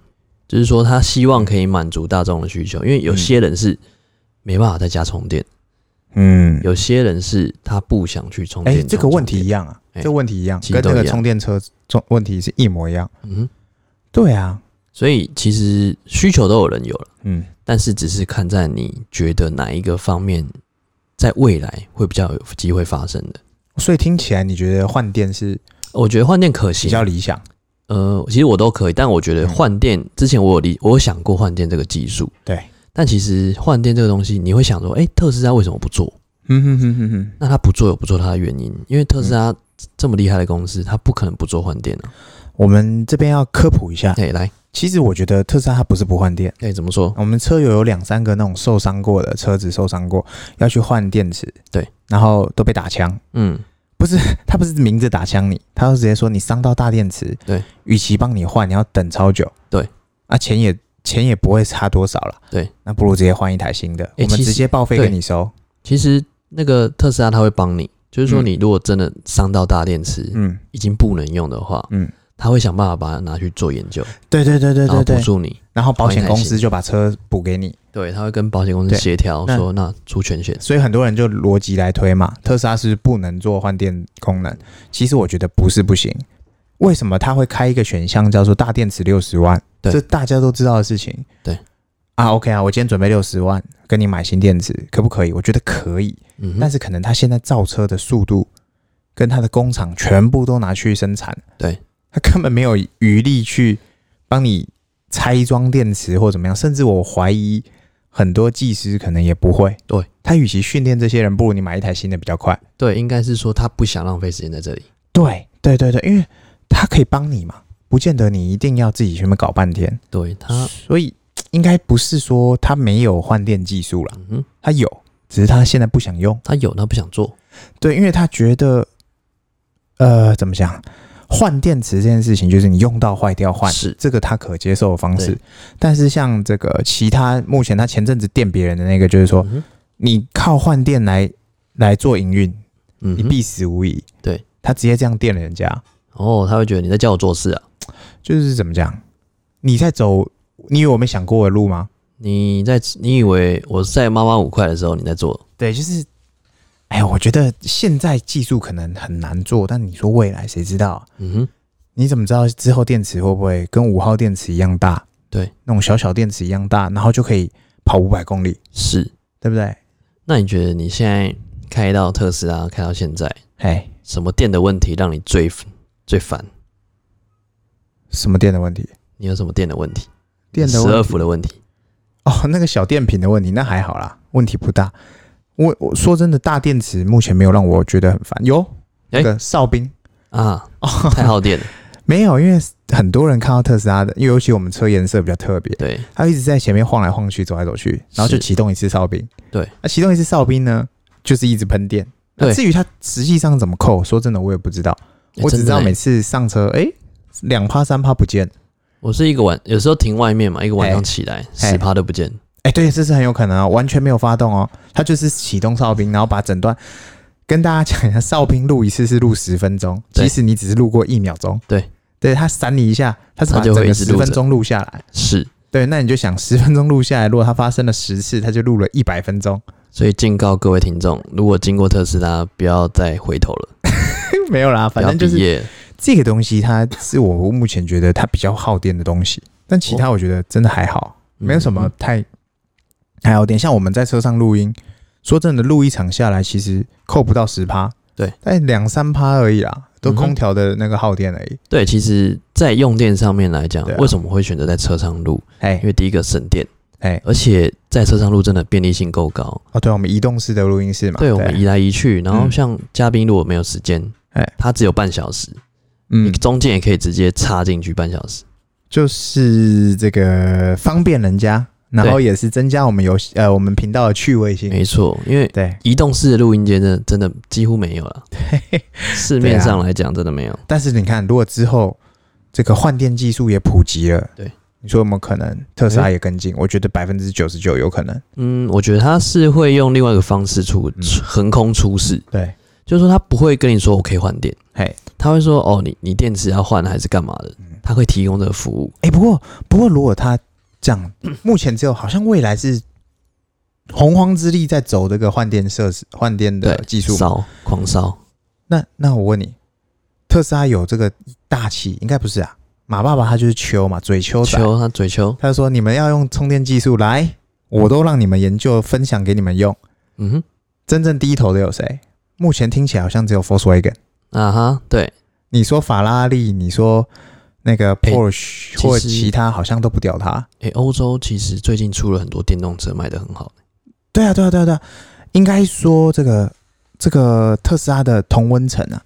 Speaker 1: 就是说他希望可以满足大众的需求，因为有些人是没办法在家充电，
Speaker 2: 嗯，
Speaker 1: 有些人是他不想去充电。
Speaker 2: 哎，这个问题一
Speaker 1: 充
Speaker 2: 样啊，
Speaker 1: 哎
Speaker 2: 这个问题一样
Speaker 1: 其，实
Speaker 2: 跟那
Speaker 1: 都
Speaker 2: 个
Speaker 1: 一样
Speaker 2: 充电车充问题是一模一样。
Speaker 1: 电，嗯哼，
Speaker 2: 对啊，
Speaker 1: 所以其实需求都有人有了，
Speaker 2: 嗯，
Speaker 1: 但是只是看在你觉得哪一个方面在未来会比较有机会发生的。
Speaker 2: 所以听起来你觉得换电是
Speaker 1: 我觉得换电可
Speaker 2: 比
Speaker 1: 行，
Speaker 2: 较理想？
Speaker 1: 呃，其实我都可以，但我觉得
Speaker 2: 嗯
Speaker 1: 换电、之前我有理，我有想过换电这个技术，
Speaker 2: 对，
Speaker 1: 但其实换电这个东西，你会想说，哎、特斯拉为什么不做？
Speaker 2: 嗯哼哼哼哼，嗯
Speaker 1: 那他不做有不做他的原因，因为特斯拉这么厉害的公司，它不可能不做换电啊。
Speaker 2: 我们这边要科普一下，
Speaker 1: 哎、来，
Speaker 2: 其实我觉得特斯拉它不是不换电，
Speaker 1: 哎、怎么说？
Speaker 2: 我们车友有两三个那种受伤过的车子受伤过，要去换电池，
Speaker 1: 对，
Speaker 2: 然后都被打枪。
Speaker 1: 嗯，
Speaker 2: 他不是明着打枪你，他就直接说你伤到大电池，
Speaker 1: 对，
Speaker 2: 与其帮你换，你要等超久，
Speaker 1: 对，
Speaker 2: 啊钱也钱也不会差多少了，
Speaker 1: 对，
Speaker 2: 那不如直接换一台新的，
Speaker 1: 诶
Speaker 2: 我们
Speaker 1: 其实
Speaker 2: 直接报废
Speaker 1: 对
Speaker 2: 给你收，
Speaker 1: 其实那个特斯拉它会帮你，就是说
Speaker 2: 嗯
Speaker 1: 你如果真的伤到大电池、
Speaker 2: 嗯
Speaker 1: 已经不能用的话，
Speaker 2: 嗯，
Speaker 1: 它会想办法把它拿去做研究，
Speaker 2: 对对对对
Speaker 1: 然后
Speaker 2: 对
Speaker 1: 补
Speaker 2: 对，
Speaker 1: 助你。
Speaker 2: 然后保险公
Speaker 1: 换一台
Speaker 2: 司就把车补给你，
Speaker 1: 对，它会跟保险公司
Speaker 2: 对
Speaker 1: 协调
Speaker 2: 那
Speaker 1: 说，那出全险。
Speaker 2: 所以很多人就逻辑来推嘛，特斯拉是不能做换电功能，其实我觉得不是不行，为什么他会开一个选项叫做大电池六十万？
Speaker 1: 对
Speaker 2: 这大家都知道的事情。
Speaker 1: 对
Speaker 2: 啊，OK 啊，我今天准备六十万跟你买新电池，可不可以？我觉得可以，
Speaker 1: 嗯哼，
Speaker 2: 但是可能他现在造车的速度跟他的工厂全部都拿去生产，
Speaker 1: 对
Speaker 2: 他根本没有余力去帮你拆装电池或怎么样，甚至我怀疑很多技师可能也不会。
Speaker 1: 对，
Speaker 2: 他与其训练这些人，不如你买一台新的比较快。
Speaker 1: 对，应该是说他不想浪费时间在这里。
Speaker 2: 对，对对对，因为他可以帮你嘛，不见得你一定要自己去那边搞半天。
Speaker 1: 对他，
Speaker 2: 所以应该不是说他没有换电技术啦，
Speaker 1: 嗯哼，
Speaker 2: 他有，只是他现在不想用。
Speaker 1: 他有他不想做。
Speaker 2: 对，因为他觉得，呃，怎么讲？换电池这件事情，就是你用到坏掉换，
Speaker 1: 是
Speaker 2: 这个他可接受的方式
Speaker 1: 对。
Speaker 2: 但是像这个其他，目前他前阵子电别人的那个，就是说
Speaker 1: 嗯哼
Speaker 2: 你靠换电来来做营运，
Speaker 1: 嗯
Speaker 2: 你
Speaker 1: 哼，
Speaker 2: 必死无疑。
Speaker 1: 对，
Speaker 2: 他直接这样电了人家，
Speaker 1: 哦，他会觉得你在叫我做事啊，
Speaker 2: 就是怎么讲？你在走你有没有想过的路吗？
Speaker 1: 你在你以为我是在妈妈五块的时候你在做，
Speaker 2: 对，就是，哎呀，我觉得现在技术可能很难做，但你说未来谁知道啊？
Speaker 1: 嗯哼，
Speaker 2: 你怎么知道之后电池会不会跟五号电池一样大？
Speaker 1: 对，
Speaker 2: 那种小小电池一样大，然后就可以跑五百公里，
Speaker 1: 是。
Speaker 2: 对不对？
Speaker 1: 那你觉得你现在开到特斯拉开到现在，
Speaker 2: 哎，
Speaker 1: 什么电的问题让你最最烦？
Speaker 2: 什么电的问题？
Speaker 1: 你有什么电的问题？
Speaker 2: 电的
Speaker 1: 十二
Speaker 2: 问
Speaker 1: 伏的问题，
Speaker 2: 哦，那个小电瓶的问题，那还好啦，问题不大。我我说真的，大电池目前没有让我觉得很烦。有、
Speaker 1: 哎
Speaker 2: 那个哨兵
Speaker 1: 啊，
Speaker 2: 哦，
Speaker 1: 太耗电了。
Speaker 2: 没有，因为很多人看到特斯拉的，因为尤其我们车颜色比较特别，
Speaker 1: 对，
Speaker 2: 它一直在前面晃来晃去，走来走去，然后就是启动一次哨兵。
Speaker 1: 对，
Speaker 2: 那启动一次哨兵呢，就是一直喷电。那
Speaker 1: 对
Speaker 2: 至于它实际上怎么扣，说真的我也不知道，
Speaker 1: 欸
Speaker 2: 我只知道
Speaker 1: 真的
Speaker 2: 每
Speaker 1: 欸
Speaker 2: 次上车，哎、两趴三趴不见，
Speaker 1: 我是一个晚，有时候停外面嘛，一个晚上
Speaker 2: 嘿
Speaker 1: 起来
Speaker 2: 嘿
Speaker 1: 十趴都不见。
Speaker 2: 哎、对，这是很有可能啊、完全没有发动哦，它就是启动哨兵，然后把整段。跟大家讲一下，哨兵录一次是录十分钟，
Speaker 1: 对
Speaker 2: 即使你只是录过一秒钟，
Speaker 1: 对，
Speaker 2: 对，它闪你一下，它是把
Speaker 1: 它就
Speaker 2: 整
Speaker 1: 会
Speaker 2: 个
Speaker 1: 一直
Speaker 2: 十
Speaker 1: 录
Speaker 2: 分
Speaker 1: 着
Speaker 2: 钟录下来，
Speaker 1: 是，
Speaker 2: 对，那你就想十分钟录下来，如果它发生了十次，它就录了一百分钟，
Speaker 1: 所以警告各位听众，如果经过特斯拉，不要再回头了，
Speaker 2: 没有啦，
Speaker 1: 不
Speaker 2: 反
Speaker 1: 要
Speaker 2: 正就
Speaker 1: 毕
Speaker 2: 是
Speaker 1: 业了。
Speaker 2: 这个东西，它是我目前觉得它比较耗电的东西，但其他我觉得真的还好，没有什么
Speaker 1: 哦嗯
Speaker 2: 太太耗电。像我们在车上录音，说真的，录一场下来其实扣不到十趴，
Speaker 1: 对，
Speaker 2: 但两三趴而已啦，都
Speaker 1: 嗯哼
Speaker 2: 空调的那个耗电而已。
Speaker 1: 对，其实，在用电上面来讲，
Speaker 2: 对啊
Speaker 1: 为什么会选择在车上录？
Speaker 2: 哎、
Speaker 1: 因为第一个省电，
Speaker 2: 哎
Speaker 1: 而且在车上录真的便利性够高。
Speaker 2: 哦，对，我们移动式的录音室嘛，
Speaker 1: 对，我们移来移去，然后
Speaker 2: 啊嗯
Speaker 1: 像嘉宾如果没有时间
Speaker 2: 哎，
Speaker 1: 他只有半小时，你
Speaker 2: 嗯，
Speaker 1: 中间也可以直接插进去半小时。
Speaker 2: 就是这个方便人家，然后也是增加我们游戏呃我们频道的趣味性。
Speaker 1: 没错，因为
Speaker 2: 对，
Speaker 1: 移动式的录音间真的真的几乎没有 了，市面上来讲真的没有。
Speaker 2: 但是你看，如果之后这个换电技术也普及了，
Speaker 1: 对，
Speaker 2: 你说有没有可能特斯拉也跟进？我觉得百分之九十九有可能。
Speaker 1: 嗯，我觉得他是会用另外一个方式出
Speaker 2: 嗯
Speaker 1: 出横空出世，
Speaker 2: 对，
Speaker 1: 就是说他不会跟你说我可以换电，
Speaker 2: 嘿，
Speaker 1: 他会说哦，你你电池要换还是干嘛的
Speaker 2: 嗯，
Speaker 1: 他会提供这个服务。
Speaker 2: 哎、不过不过，如果它这样，目前只有好像未来是洪荒之力在走这个换电设施、换电
Speaker 1: 对
Speaker 2: 的，技术嘛。
Speaker 1: 烧狂烧，
Speaker 2: 那那我问你，特斯拉有这个大气？应该不是啊，马爸爸他就是秋嘛，嘴秋仔，
Speaker 1: 球他嘴球，
Speaker 2: 他就说你们要用充电技术来，我都让你们研究分享给你们用。
Speaker 1: 嗯哼，
Speaker 2: 真正低头的有谁？目前听起来好像只有 Volkswagen。
Speaker 1: 啊哈，对，
Speaker 2: 你说法拉利，你说那个
Speaker 1: 哎
Speaker 2: Porsche、
Speaker 1: 实
Speaker 2: 或其他，好像都不屌他。
Speaker 1: 诶，欧洲其实最近出了很多电动车，卖的很好。
Speaker 2: 对啊，对啊，对啊，对啊。应该说这个这个特斯拉的同温层啊，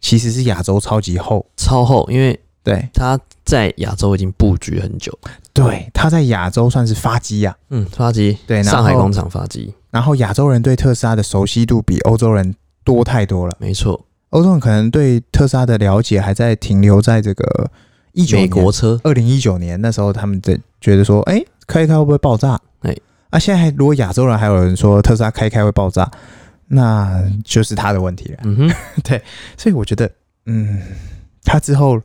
Speaker 2: 其实是亚洲超级厚。
Speaker 1: 超厚，因为
Speaker 2: 对
Speaker 1: 它在亚洲已经布局很久。
Speaker 2: 对，它在亚洲算是发迹呀、
Speaker 1: 嗯，发机，
Speaker 2: 对然后
Speaker 1: 上海工厂发机，
Speaker 2: 然后亚洲人对特斯拉的熟悉度比欧洲人多太多了。
Speaker 1: 没错，
Speaker 2: 欧洲人可能对特斯拉的了解还在停留在这个一九
Speaker 1: 美
Speaker 2: 年啊
Speaker 1: 国车，
Speaker 2: 二零一九年那时候，他们的觉得说，哎、开一开会不会爆炸？
Speaker 1: 哎
Speaker 2: 啊，现在还如果亚洲人还有人说特斯拉开一开会爆炸，那就是他的问题了。
Speaker 1: 嗯哼，
Speaker 2: 所以我觉得，嗯，他之后，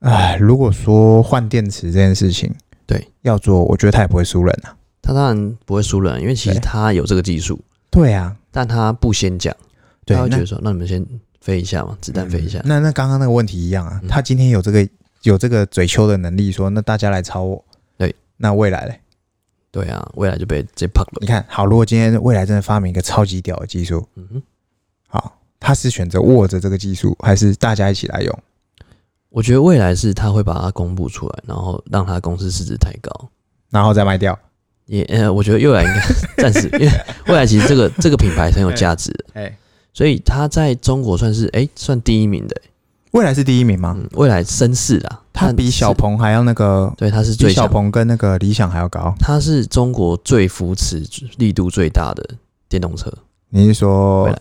Speaker 2: 哎，如果说换电池这件事情，
Speaker 1: 对，
Speaker 2: 要做，我觉得他也不会输人啊。
Speaker 1: 它当然不会输人，因为其实
Speaker 2: 对
Speaker 1: 它有这个技 术，
Speaker 2: 对啊，
Speaker 1: 但它不先讲，
Speaker 2: 对
Speaker 1: 它，会
Speaker 2: 那嗯
Speaker 1: 觉得说，那你们先飞一下嘛，子弹飞一下，
Speaker 2: 那那刚刚那个问题一样啊，
Speaker 1: 嗯
Speaker 2: 他今天有这个有这个嘴丘的能力说那大家来抄我。
Speaker 1: 对，
Speaker 2: 那未来嘞？
Speaker 1: 对啊，未来就被直接 p 了
Speaker 2: 你，看好，如果今天未来真的发明一个超级屌的技术，
Speaker 1: 嗯哼，
Speaker 2: 好，他是选择握着这个技术，还是大家一起来用？
Speaker 1: 我觉得未来是它会把它公布出来，然后让它公司市值抬高。
Speaker 2: 然后再卖掉？
Speaker 1: 也呃，我觉得未来应该 暂时，因为未来其实这个这个品牌是很有价值的，
Speaker 2: 哎，
Speaker 1: 所以它在中国算是哎、算第一名的、
Speaker 2: 未来是第一名吗？
Speaker 1: 嗯，未来绅士啦，
Speaker 2: 他
Speaker 1: 但
Speaker 2: 比小
Speaker 1: 是
Speaker 2: 鹏还要那个，
Speaker 1: 对，它是
Speaker 2: 比
Speaker 1: 最
Speaker 2: 小
Speaker 1: 强
Speaker 2: 鹏跟那个理想还要高。
Speaker 1: 它是中国最扶持力度最大的电动车，
Speaker 2: 你是
Speaker 1: 未
Speaker 2: 说
Speaker 1: 来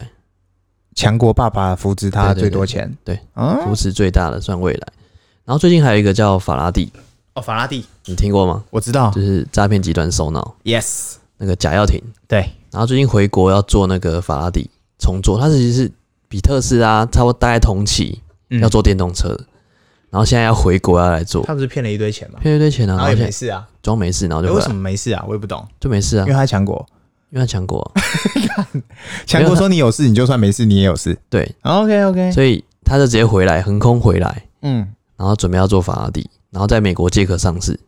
Speaker 2: 强国爸爸扶持他
Speaker 1: 对对
Speaker 2: 最多钱？
Speaker 1: 对
Speaker 2: 啊
Speaker 1: 扶，持最大的算未来。然后最近还有一个叫法拉第，
Speaker 2: 哦，法拉第，
Speaker 1: 你听过吗？
Speaker 2: 我知道
Speaker 1: 就是诈骗集团首脑
Speaker 2: ，yes，
Speaker 1: 那个贾跃亭，
Speaker 2: 对，
Speaker 1: 然后最近回国要做那个法拉第重做，它其实是比特斯拉差不多大概同期
Speaker 2: 嗯
Speaker 1: 要做电动车，然后现在要回国要来做，
Speaker 2: 他不是骗了一堆钱吗？
Speaker 1: 骗一堆钱啊，
Speaker 2: 然
Speaker 1: 然
Speaker 2: 后
Speaker 1: 后
Speaker 2: 也
Speaker 1: 现在
Speaker 2: 没事啊，
Speaker 1: 装没事，然后
Speaker 2: 哎
Speaker 1: 就
Speaker 2: 为
Speaker 1: 回
Speaker 2: 什
Speaker 1: 来
Speaker 2: 么没事啊？我也不懂，
Speaker 1: 就没事啊
Speaker 2: 因为，他强国，
Speaker 1: 因为他强国啊、
Speaker 2: 强国说你有事，你就算没事，你也有事。
Speaker 1: 对，
Speaker 2: OK OK，
Speaker 1: 所以他就直接回来横空回来，
Speaker 2: 嗯，
Speaker 1: 然后准备要做法拉第，然后在美国借壳上市，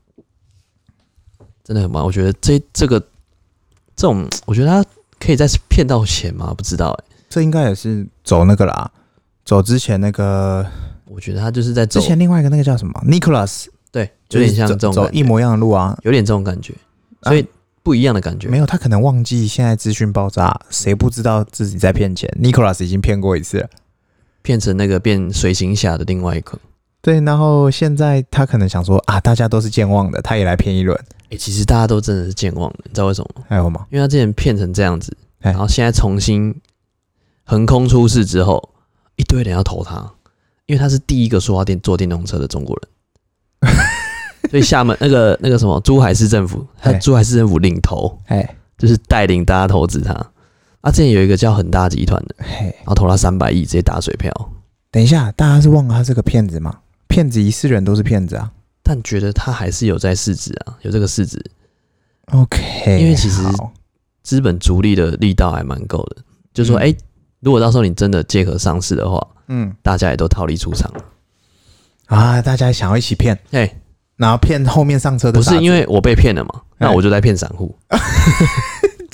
Speaker 1: 真的很忙。我觉得这这个这种，我觉得他可以再骗到钱吗？不知道哎、
Speaker 2: 这应该也是走那个啦，走之前那个
Speaker 1: 我觉得他就是在走
Speaker 2: 之，前另外一个那个叫什么 Nicholas，
Speaker 1: 对，
Speaker 2: 就
Speaker 1: 有
Speaker 2: 是
Speaker 1: 点像
Speaker 2: 走
Speaker 1: 这种
Speaker 2: 走
Speaker 1: 感觉
Speaker 2: 一模一样的路啊。
Speaker 1: 有点这种感觉，所以不一样的感觉。
Speaker 2: 没有，他可能忘记现在资讯爆炸，谁不知道自己在骗钱？Nicholas 已经骗过一次了，
Speaker 1: 变成那个变水行侠的另外一个。
Speaker 2: 对。然后现在他可能想说啊，大家都是健忘的，他也来骗一轮，
Speaker 1: 哎、其实大家都真的是健忘的，你知道为什么吗？
Speaker 2: 还有吗？
Speaker 1: 因为他之前骗成这样子，
Speaker 2: 哎
Speaker 1: 然后现在重新横空出世之后，一堆人要投他，因为他是第一个说要电做电动车的中国 人，所以厦门那个那个什么珠海市政府，他
Speaker 2: 哎
Speaker 1: 珠海市政府领头，
Speaker 2: 哎
Speaker 1: 就是带领大家投资他。啊，之前有一个叫恒大集团的，
Speaker 2: 嘿，
Speaker 1: 然后投他三百亿，直接打水漂，
Speaker 2: 哎等一下，大家是忘了他是个骗子吗？骗子一世人都是骗子啊。
Speaker 1: 但觉得他还是有在市值啊，有这个市值，
Speaker 2: OK，
Speaker 1: 因为其实
Speaker 2: 好
Speaker 1: 资本逐利的力道还蛮够的。就说，
Speaker 2: 嗯
Speaker 1: 哎、如果到时候你真的借壳上市的话，
Speaker 2: 嗯
Speaker 1: 大家也都逃离出场了。
Speaker 2: 啊，大家想要一起骗，
Speaker 1: 哎、
Speaker 2: 然后骗后面上车的
Speaker 1: 不
Speaker 2: 傻子，
Speaker 1: 是因为我被骗了嘛？
Speaker 2: 哎
Speaker 1: 那我就在骗散户，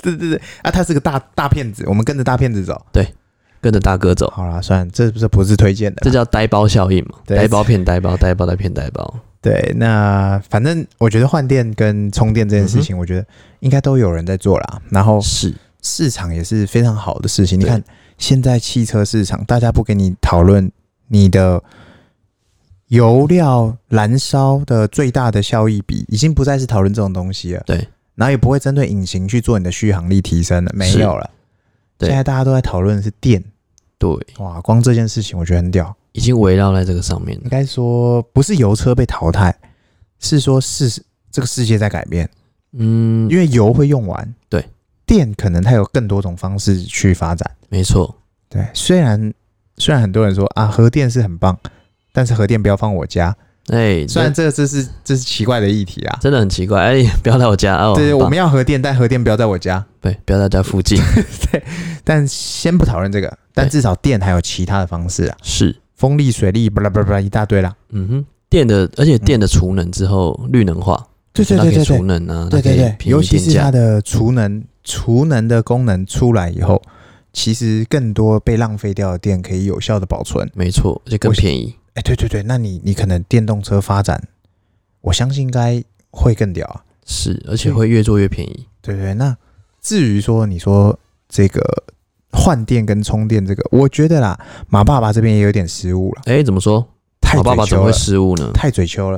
Speaker 2: 对对对啊，他是个大大骗子，我们跟着大骗子走。
Speaker 1: 跟着大哥走，
Speaker 2: 好啦，算了这这不是推荐的
Speaker 1: 这
Speaker 2: 啦，
Speaker 1: 叫呆包效应嘛？
Speaker 2: 啊对
Speaker 1: 呆包骗呆包，呆包再骗呆包。
Speaker 2: 对。那反正我觉得换电跟充电这件事情，我觉得应该都有人在做啦。然后
Speaker 1: 嗯是，
Speaker 2: 市场也是非常好的事情。你
Speaker 1: 对
Speaker 2: 看现在汽车市场，大家不跟你讨论你的油料燃烧的最大的效益比，已经不再是讨论这种东西了。
Speaker 1: 对，
Speaker 2: 然后也不会针对引擎去做你的续航力提升了，没
Speaker 1: 是
Speaker 2: 有了。
Speaker 1: 对
Speaker 2: 现在大家都在讨论的是电，
Speaker 1: 对，
Speaker 2: 哇，光这件事情我觉得很屌。
Speaker 1: 已经围绕在这个上面了
Speaker 2: 应。该说不是油车被淘汰，是说是这个世界在改变，
Speaker 1: 嗯，
Speaker 2: 因为油会用完，
Speaker 1: 对，
Speaker 2: 电可能它有更多种方式去发展。
Speaker 1: 没错，
Speaker 2: 对，虽然虽然很多人说啊，核电是很棒，但是核电不要放我家。
Speaker 1: 哎、
Speaker 2: 虽然
Speaker 1: 这
Speaker 2: 这这是这是奇怪的议题啊，
Speaker 1: 真的很奇怪，哎、不要来我家哦，
Speaker 2: 对，
Speaker 1: 很
Speaker 2: 我
Speaker 1: 棒
Speaker 2: 们要核电，但核电不要在我家。
Speaker 1: 对，不要在家附近，
Speaker 2: 但先不讨论这个，但
Speaker 1: 对
Speaker 2: 至少电还有其他的方式啊，
Speaker 1: 是，
Speaker 2: 风力、水力，巴拉巴拉巴拉一大堆啦。
Speaker 1: 嗯哼，电的，而且电的储能之后绿能化，
Speaker 2: 对对
Speaker 1: 它可
Speaker 2: 对
Speaker 1: 以
Speaker 2: 对
Speaker 1: 储
Speaker 2: 对，
Speaker 1: 能啊，
Speaker 2: 对对
Speaker 1: 它可以
Speaker 2: 对，
Speaker 1: 便宜
Speaker 2: 尤其
Speaker 1: 电
Speaker 2: 是
Speaker 1: 价
Speaker 2: 它的储能储能的功能出来以后，其实更多被浪费掉的电可以有效的保存。
Speaker 1: 没错，而且更
Speaker 2: 我
Speaker 1: 便宜，
Speaker 2: 哎，对对对，那你你可能电动车发展，我相信应该会更屌啊。嗯
Speaker 1: 是，而且会越做越便宜。
Speaker 2: 对对，那至于说你说这个换电跟充电这个，我觉得啦，马爸爸这边也有点失误了，
Speaker 1: 哎、怎么说？
Speaker 2: 太
Speaker 1: 好爸爸
Speaker 2: 嘴
Speaker 1: 怎
Speaker 2: 求
Speaker 1: 么会
Speaker 2: 了，
Speaker 1: 失误呢？
Speaker 2: 太嘴求了。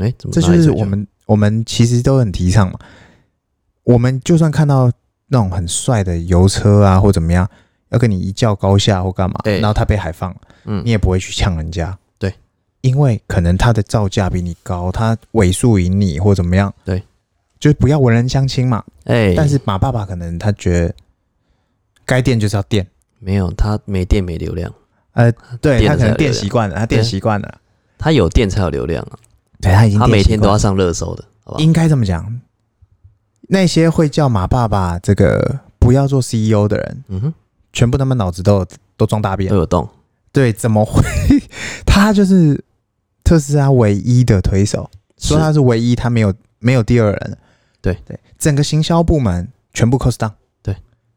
Speaker 1: 哎、怎么
Speaker 2: 这
Speaker 1: 哪
Speaker 2: 就
Speaker 1: 里
Speaker 2: 是
Speaker 1: 追求
Speaker 2: 我们我们其实都很提倡嘛。我们就算看到那种很帅的油车啊，或怎么样，要跟你一较高下或干嘛，
Speaker 1: 对
Speaker 2: 然后他被海放，
Speaker 1: 嗯
Speaker 2: 你也不会去呛人家。
Speaker 1: 对，
Speaker 2: 因为可能他的造价比你高，他尾数赢你或怎么样。
Speaker 1: 对，
Speaker 2: 就是不要文人相轻嘛。
Speaker 1: 哎、
Speaker 2: 但是马爸爸可能他觉得该电就是要电，
Speaker 1: 没有他没电没流量，
Speaker 2: 呃，对
Speaker 1: 电
Speaker 2: 他
Speaker 1: 的
Speaker 2: 可
Speaker 1: 才有
Speaker 2: 能
Speaker 1: 流
Speaker 2: 电
Speaker 1: 量
Speaker 2: 习惯了，他电习惯了，
Speaker 1: 他有电才有流量啊，
Speaker 2: 对他已经
Speaker 1: 他
Speaker 2: 电
Speaker 1: 每
Speaker 2: 习
Speaker 1: 天
Speaker 2: 惯
Speaker 1: 都
Speaker 2: 了
Speaker 1: 要上热搜的，好吧？
Speaker 2: 应该这么讲，那些会叫马爸爸这个不要做 CEO 的人，
Speaker 1: 嗯哼，
Speaker 2: 全部他们脑子都有都装大便
Speaker 1: 都。有动，
Speaker 2: 对，怎么会？ 他就是特斯拉唯一的推手，
Speaker 1: 是
Speaker 2: 说他是唯一，他没有没有第二人。
Speaker 1: 对
Speaker 2: 对，整个行销部门全部 cost down，
Speaker 1: 对，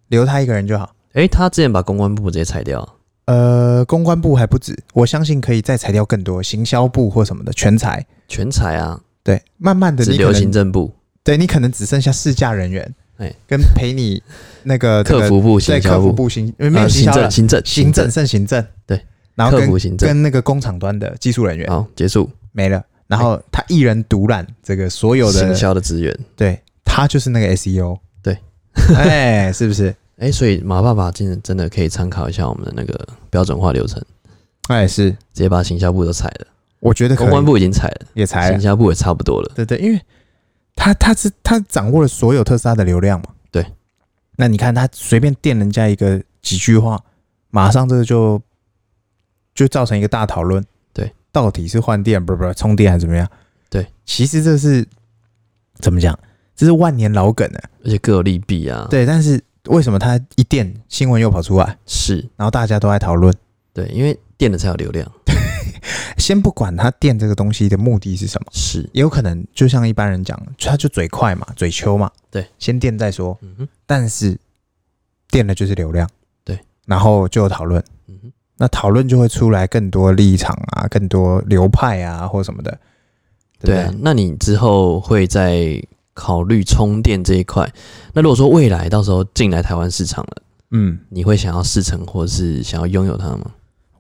Speaker 2: 留他一个人就好。
Speaker 1: 哎、他之前把公关部直接裁掉啊，
Speaker 2: 呃，公关部还不止，我相信可以再裁掉更多，行销部或什么的全裁。
Speaker 1: 全裁啊，
Speaker 2: 对，慢慢的
Speaker 1: 只
Speaker 2: 你
Speaker 1: 留
Speaker 2: 可能
Speaker 1: 行政部、
Speaker 2: 对你可能只剩下试驾人员，
Speaker 1: 哎
Speaker 2: 跟陪你那个这
Speaker 1: 客
Speaker 2: 个
Speaker 1: 服部、行
Speaker 2: 对
Speaker 1: 销
Speaker 2: 客服
Speaker 1: 部、
Speaker 2: 部行呃
Speaker 1: 呃
Speaker 2: 没有行
Speaker 1: 行
Speaker 2: 销了
Speaker 1: 政、，行政、
Speaker 2: 行政剩行政
Speaker 1: 对，
Speaker 2: 然后
Speaker 1: 客服
Speaker 2: 跟
Speaker 1: 行政。啊
Speaker 2: 跟那个工厂端的技术人员
Speaker 1: 好，结束。
Speaker 2: 没了，然后他一人独揽这个所有
Speaker 1: 行
Speaker 2: 的，
Speaker 1: 销的资源，
Speaker 2: 对他就是那个 SEO，
Speaker 1: 对，
Speaker 2: 哎，是不是？
Speaker 1: 哎、所以马爸爸真的真的可以参考一下我们的那个标准化流程，
Speaker 2: 哎，是，
Speaker 1: 直接把行销部都裁了，
Speaker 2: 我觉得可
Speaker 1: 公关
Speaker 2: 以
Speaker 1: 部已经裁了，
Speaker 2: 也裁
Speaker 1: 行
Speaker 2: 了，
Speaker 1: 销部也差不多了。
Speaker 2: 对对，因为他他是他掌握了所有特斯拉的流量嘛，
Speaker 1: 对，
Speaker 2: 那你看他随便电人家一个几句话，马上这个就就造成一个大讨论，
Speaker 1: 对，
Speaker 2: 到底是换电不是不是充电还是怎么样？
Speaker 1: 对，
Speaker 2: 其实这是怎么讲？这是万年老梗了、
Speaker 1: 而且各有利弊啊。，
Speaker 2: 对，但是为什么他一电新闻又跑出来，
Speaker 1: 是，
Speaker 2: 然后大家都在讨论？
Speaker 1: 对，因为电的才有流量，
Speaker 2: 先不管他电这个东西的目的是什么。
Speaker 1: 是，
Speaker 2: 也有可能就像一般人讲，他就嘴快嘛，嘴秋嘛，
Speaker 1: 对，
Speaker 2: 先电再说，
Speaker 1: 嗯哼，
Speaker 2: 但是电的就是流量，
Speaker 1: 对，
Speaker 2: 然后就有讨论，
Speaker 1: 嗯哼，
Speaker 2: 那讨论就会出来更多立场啊，更多流派啊，或什么的，对不
Speaker 1: 对啊。那你之后会在考虑充电这一块，那如果说未来到时候进来台湾市场了，
Speaker 2: 嗯，
Speaker 1: 你会想要试乘或是想要拥有它吗？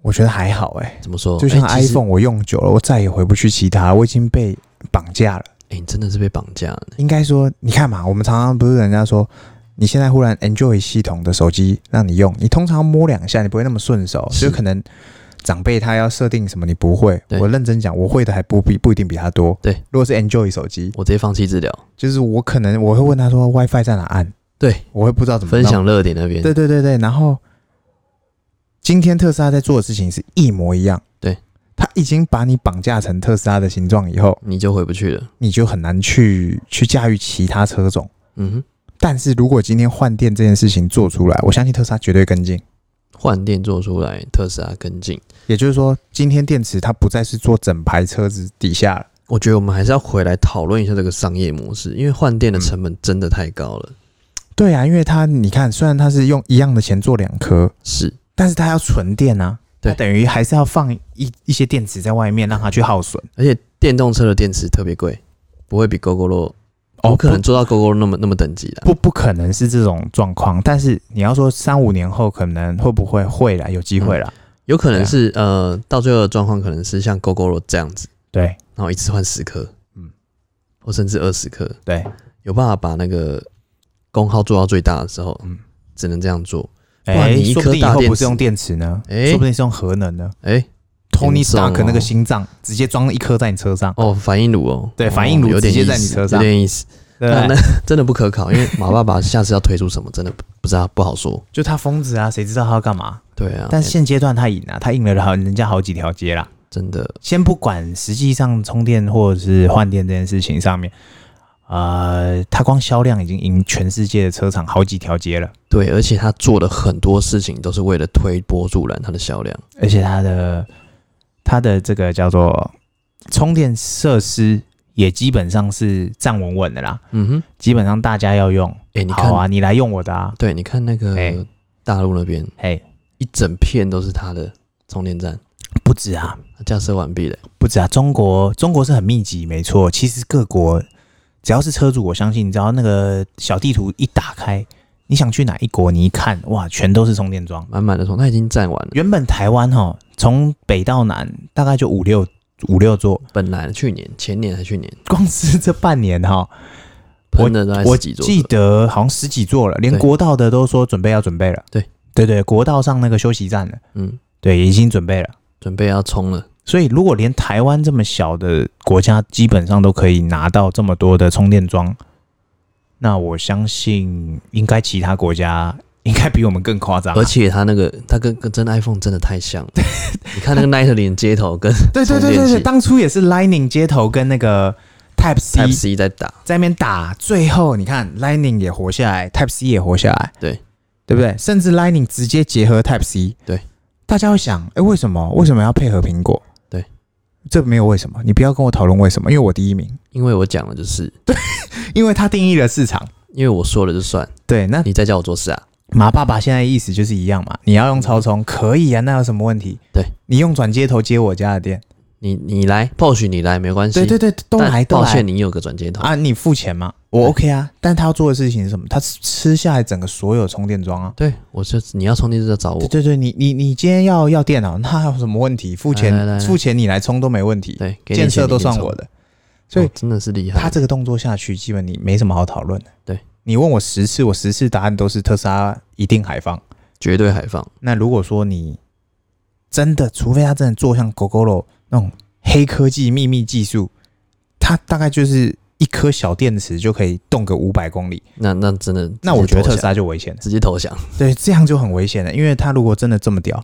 Speaker 2: 我觉得还好哎、
Speaker 1: 怎么说？
Speaker 2: 就像
Speaker 1: 哎其实
Speaker 2: iPhone，我用久了，我再也回不去其他，我已经被绑架了。
Speaker 1: 哎、你真的是被绑架了呢。
Speaker 2: 应该说，你看嘛，我们常常不是人家说，你现在忽然 Enjoy 系统的手机让你用，你通常摸两下，你不会那么顺手，
Speaker 1: 是
Speaker 2: 就可能长辈他要设定什么你不会。
Speaker 1: 对
Speaker 2: 我认真讲，我会的还不比不一定比他多。
Speaker 1: 对，
Speaker 2: 如果是 Enjoy 手机，
Speaker 1: 我直接放弃治疗，
Speaker 2: 就是我可能我会问他说 WiFi 在哪按，
Speaker 1: 对，
Speaker 2: 我会不知道怎么弄
Speaker 1: 分。享热点那边，
Speaker 2: 对对对对，然后今天特斯拉在做的事情是一模一样。
Speaker 1: 对，
Speaker 2: 他已经把你绑架成特斯拉的形状以后，
Speaker 1: 你就回不去了。
Speaker 2: 你就很难去去驾驭其他车种。
Speaker 1: 嗯哼，
Speaker 2: 但是如果今天换电这件事情做出来，我相信特斯拉绝对跟进。
Speaker 1: 换电做出来，特斯拉跟进。
Speaker 2: 也就是说，今天电池它不再是做整排车子底下了。
Speaker 1: 我觉得我们还是要回来讨论一下这个商业模式，因为换电的成本真的太高了。
Speaker 2: 对啊，因为它你看，虽然它是用一样的钱做两颗，
Speaker 1: 是，
Speaker 2: 但是它要存电啊，
Speaker 1: 对
Speaker 2: 它等于还是要放一一些电池在外面，让它去耗损。
Speaker 1: 而且电动车的电池特别贵，不会比 GoGo 罗
Speaker 2: 哦
Speaker 1: 不可能做到 GoGo 那么那么等级的。
Speaker 2: 不不可能是这种状况，但是你要说三五年后可能会不会会啦，有机会啦。
Speaker 1: 有可
Speaker 2: 对
Speaker 1: 能
Speaker 2: 啊
Speaker 1: 是、呃，到最后的状况可能是像 GoGo 罗这样子，
Speaker 2: 对
Speaker 1: 然后一次换十颗，嗯
Speaker 2: 嗯，
Speaker 1: 或甚至二十颗，
Speaker 2: 对，
Speaker 1: 有办法把那个功耗做到最大的时候，嗯
Speaker 2: 嗯，
Speaker 1: 只能这样做。
Speaker 2: 哎、
Speaker 1: 哇你一
Speaker 2: 说不
Speaker 1: 颗
Speaker 2: 定以
Speaker 1: 大
Speaker 2: 后
Speaker 1: 电
Speaker 2: 不是
Speaker 1: 池
Speaker 2: 用电池呢，
Speaker 1: 哎
Speaker 2: 说不定是用核能呢。
Speaker 1: 哎、
Speaker 2: Tony
Speaker 1: 严重
Speaker 2: Stark
Speaker 1: 哦
Speaker 2: 那个心脏直接装一颗在你车上，
Speaker 1: 哦，反应炉哦，
Speaker 2: 对
Speaker 1: 哦
Speaker 2: 反应炉
Speaker 1: 有点
Speaker 2: 直接在
Speaker 1: 意思
Speaker 2: 你车上
Speaker 1: 有点意思。
Speaker 2: 对
Speaker 1: 那
Speaker 2: 不
Speaker 1: 那
Speaker 2: 对？
Speaker 1: 真的不可考，因为马爸爸下次要推出什么，真的不不知道，不好说。
Speaker 2: 就他疯子啊，谁知道他要干嘛？
Speaker 1: 对啊，
Speaker 2: 但现阶段他赢了、他赢了好人家好几条街啦。
Speaker 1: 真的
Speaker 2: 先不管实际上充电或者是换电这件事情上面，呃，他光销量已经赢全世界的车厂好几条街了，
Speaker 1: 对，而且他做的很多事情都是为了推波助澜，他的销量。
Speaker 2: 而且他的他的这个叫做充电设施也基本上是站稳稳的啦，
Speaker 1: 嗯哼，
Speaker 2: 基本上大家要用，
Speaker 1: 哎、你看，
Speaker 2: 好啊，你来用我的啊，
Speaker 1: 对，你看那个
Speaker 2: 哎
Speaker 1: 大陆那边
Speaker 2: 嘿，
Speaker 1: 一整片都是他的充电站，
Speaker 2: 不止啊，
Speaker 1: 它架设完毕了。
Speaker 2: 不止啊，中国中国是很密集，没错。其实各国只要是车主，我相信，只要那个小地图一打开，你想去哪一国，你一看哇，全都是充电桩。
Speaker 1: 满满的充，它已经占完了。
Speaker 2: 原本台湾哈，从北到南大概就五六五六座，
Speaker 1: 本来去年、前年还去年
Speaker 2: 光是这半 年哈，
Speaker 1: 喷的大概
Speaker 2: 我
Speaker 1: 十几座，
Speaker 2: 记得好像十几座了，连
Speaker 1: 对
Speaker 2: 国道的都说准备要准备了。
Speaker 1: 对
Speaker 2: 对对，国道上那个休息站了，
Speaker 1: 嗯，
Speaker 2: 对，已经准备了。
Speaker 1: 准备要冲了。
Speaker 2: 所以，如果连台湾这么小的国家基本上都可以拿到这么多的充电桩，那我相信应该其他国家应该比我们更夸张啊、
Speaker 1: 而且它那个，它跟跟真 iPhone 真的太像 了。你看那个 Lightning 接头跟
Speaker 2: 对对对
Speaker 1: 充
Speaker 2: 对
Speaker 1: 电
Speaker 2: 对，
Speaker 1: 器
Speaker 2: 当初也是 Lightning 接头跟那个 Type C
Speaker 1: Type C 在打，
Speaker 2: 在那边打，最后你看 Lightning 也活下来，Type C 也活下来，
Speaker 1: 对
Speaker 2: 对不对？甚至 Lightning 直接结合 Type C，
Speaker 1: 对，
Speaker 2: 大家会想，哎、为什么为什么要配合苹果？
Speaker 1: 对，
Speaker 2: 这没有为什么，你不要跟我讨论为什么，因为我第一名，
Speaker 1: 因为我讲了就是，
Speaker 2: 因为它定义了市场。
Speaker 1: 因为我说了就算，
Speaker 2: 对，那
Speaker 1: 你再叫我做事啊，
Speaker 2: 马爸爸现在意思就是一样嘛，你要用超充可以啊，那有什么问题？
Speaker 1: 对，
Speaker 2: 你用转接头接我家的电，
Speaker 1: 你你来，或许你来没关系，
Speaker 2: 对对对，都
Speaker 1: 但
Speaker 2: 来都
Speaker 1: 抱
Speaker 2: 来
Speaker 1: 歉，你有个转接头，
Speaker 2: 啊，你付钱嘛，我
Speaker 1: 对
Speaker 2: OK 啊，但他要做的事情是什么？他吃吃下来整个所有充电桩啊。
Speaker 1: 对我就你要充电就要找我
Speaker 2: 对，对对，你你你今天要要电脑，那有什么问题？付钱
Speaker 1: 来来来
Speaker 2: 付钱你来充都没问题，
Speaker 1: 对，给你
Speaker 2: 建设
Speaker 1: 钱
Speaker 2: 都
Speaker 1: 你先
Speaker 2: 算
Speaker 1: 充
Speaker 2: 我，的。所以
Speaker 1: 哦真的是厉害，
Speaker 2: 他这个动作下去，基本你没什么好讨论的。
Speaker 1: 对，
Speaker 2: 你问我十次，我十次答案都是特斯拉一定海放。
Speaker 1: 绝对海放，
Speaker 2: 那如果说你真的，除非他真的做像 GoGoRo 那种黑科技秘密技术，它大概就是一颗小电池就可以动个五百公里，
Speaker 1: 那那真的，
Speaker 2: 那我觉得特斯
Speaker 1: 拉
Speaker 2: 拉就危险了。
Speaker 1: 直接投降，
Speaker 2: 对，这样就很危险了，因为它如果真的这么屌，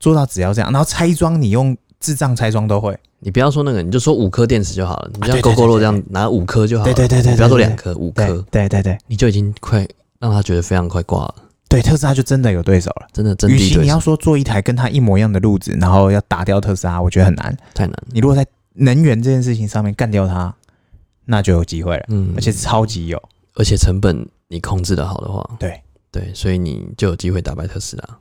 Speaker 2: 做到只要这样，然后拆装你用智障拆装都会，
Speaker 1: 你不要说那个，你就说五颗电池就好了，你就
Speaker 2: 啊对
Speaker 1: 像
Speaker 2: 对对
Speaker 1: GoGo
Speaker 2: 对
Speaker 1: 肉这样拿五颗就好了，
Speaker 2: 对对对对对
Speaker 1: 啊不要说
Speaker 2: 对
Speaker 1: 两颗，五
Speaker 2: 对
Speaker 1: 颗，
Speaker 2: 对对对
Speaker 1: 你就已经快让他觉得非常快挂了，
Speaker 2: 对，特斯拉就真的有对手了。
Speaker 1: 真的真
Speaker 2: 与
Speaker 1: 的
Speaker 2: 其
Speaker 1: 对
Speaker 2: 你
Speaker 1: 手
Speaker 2: 要说做一台跟它一模一样的路子，然后要打掉特斯拉，我觉得很难。
Speaker 1: 太难了，
Speaker 2: 你如果在能源这件事情上面干掉它，那就有机会了，
Speaker 1: 嗯，
Speaker 2: 而且超级有。
Speaker 1: 而且成本你控制的好的话，
Speaker 2: 对
Speaker 1: 对，所以你就有机会打败特斯拉。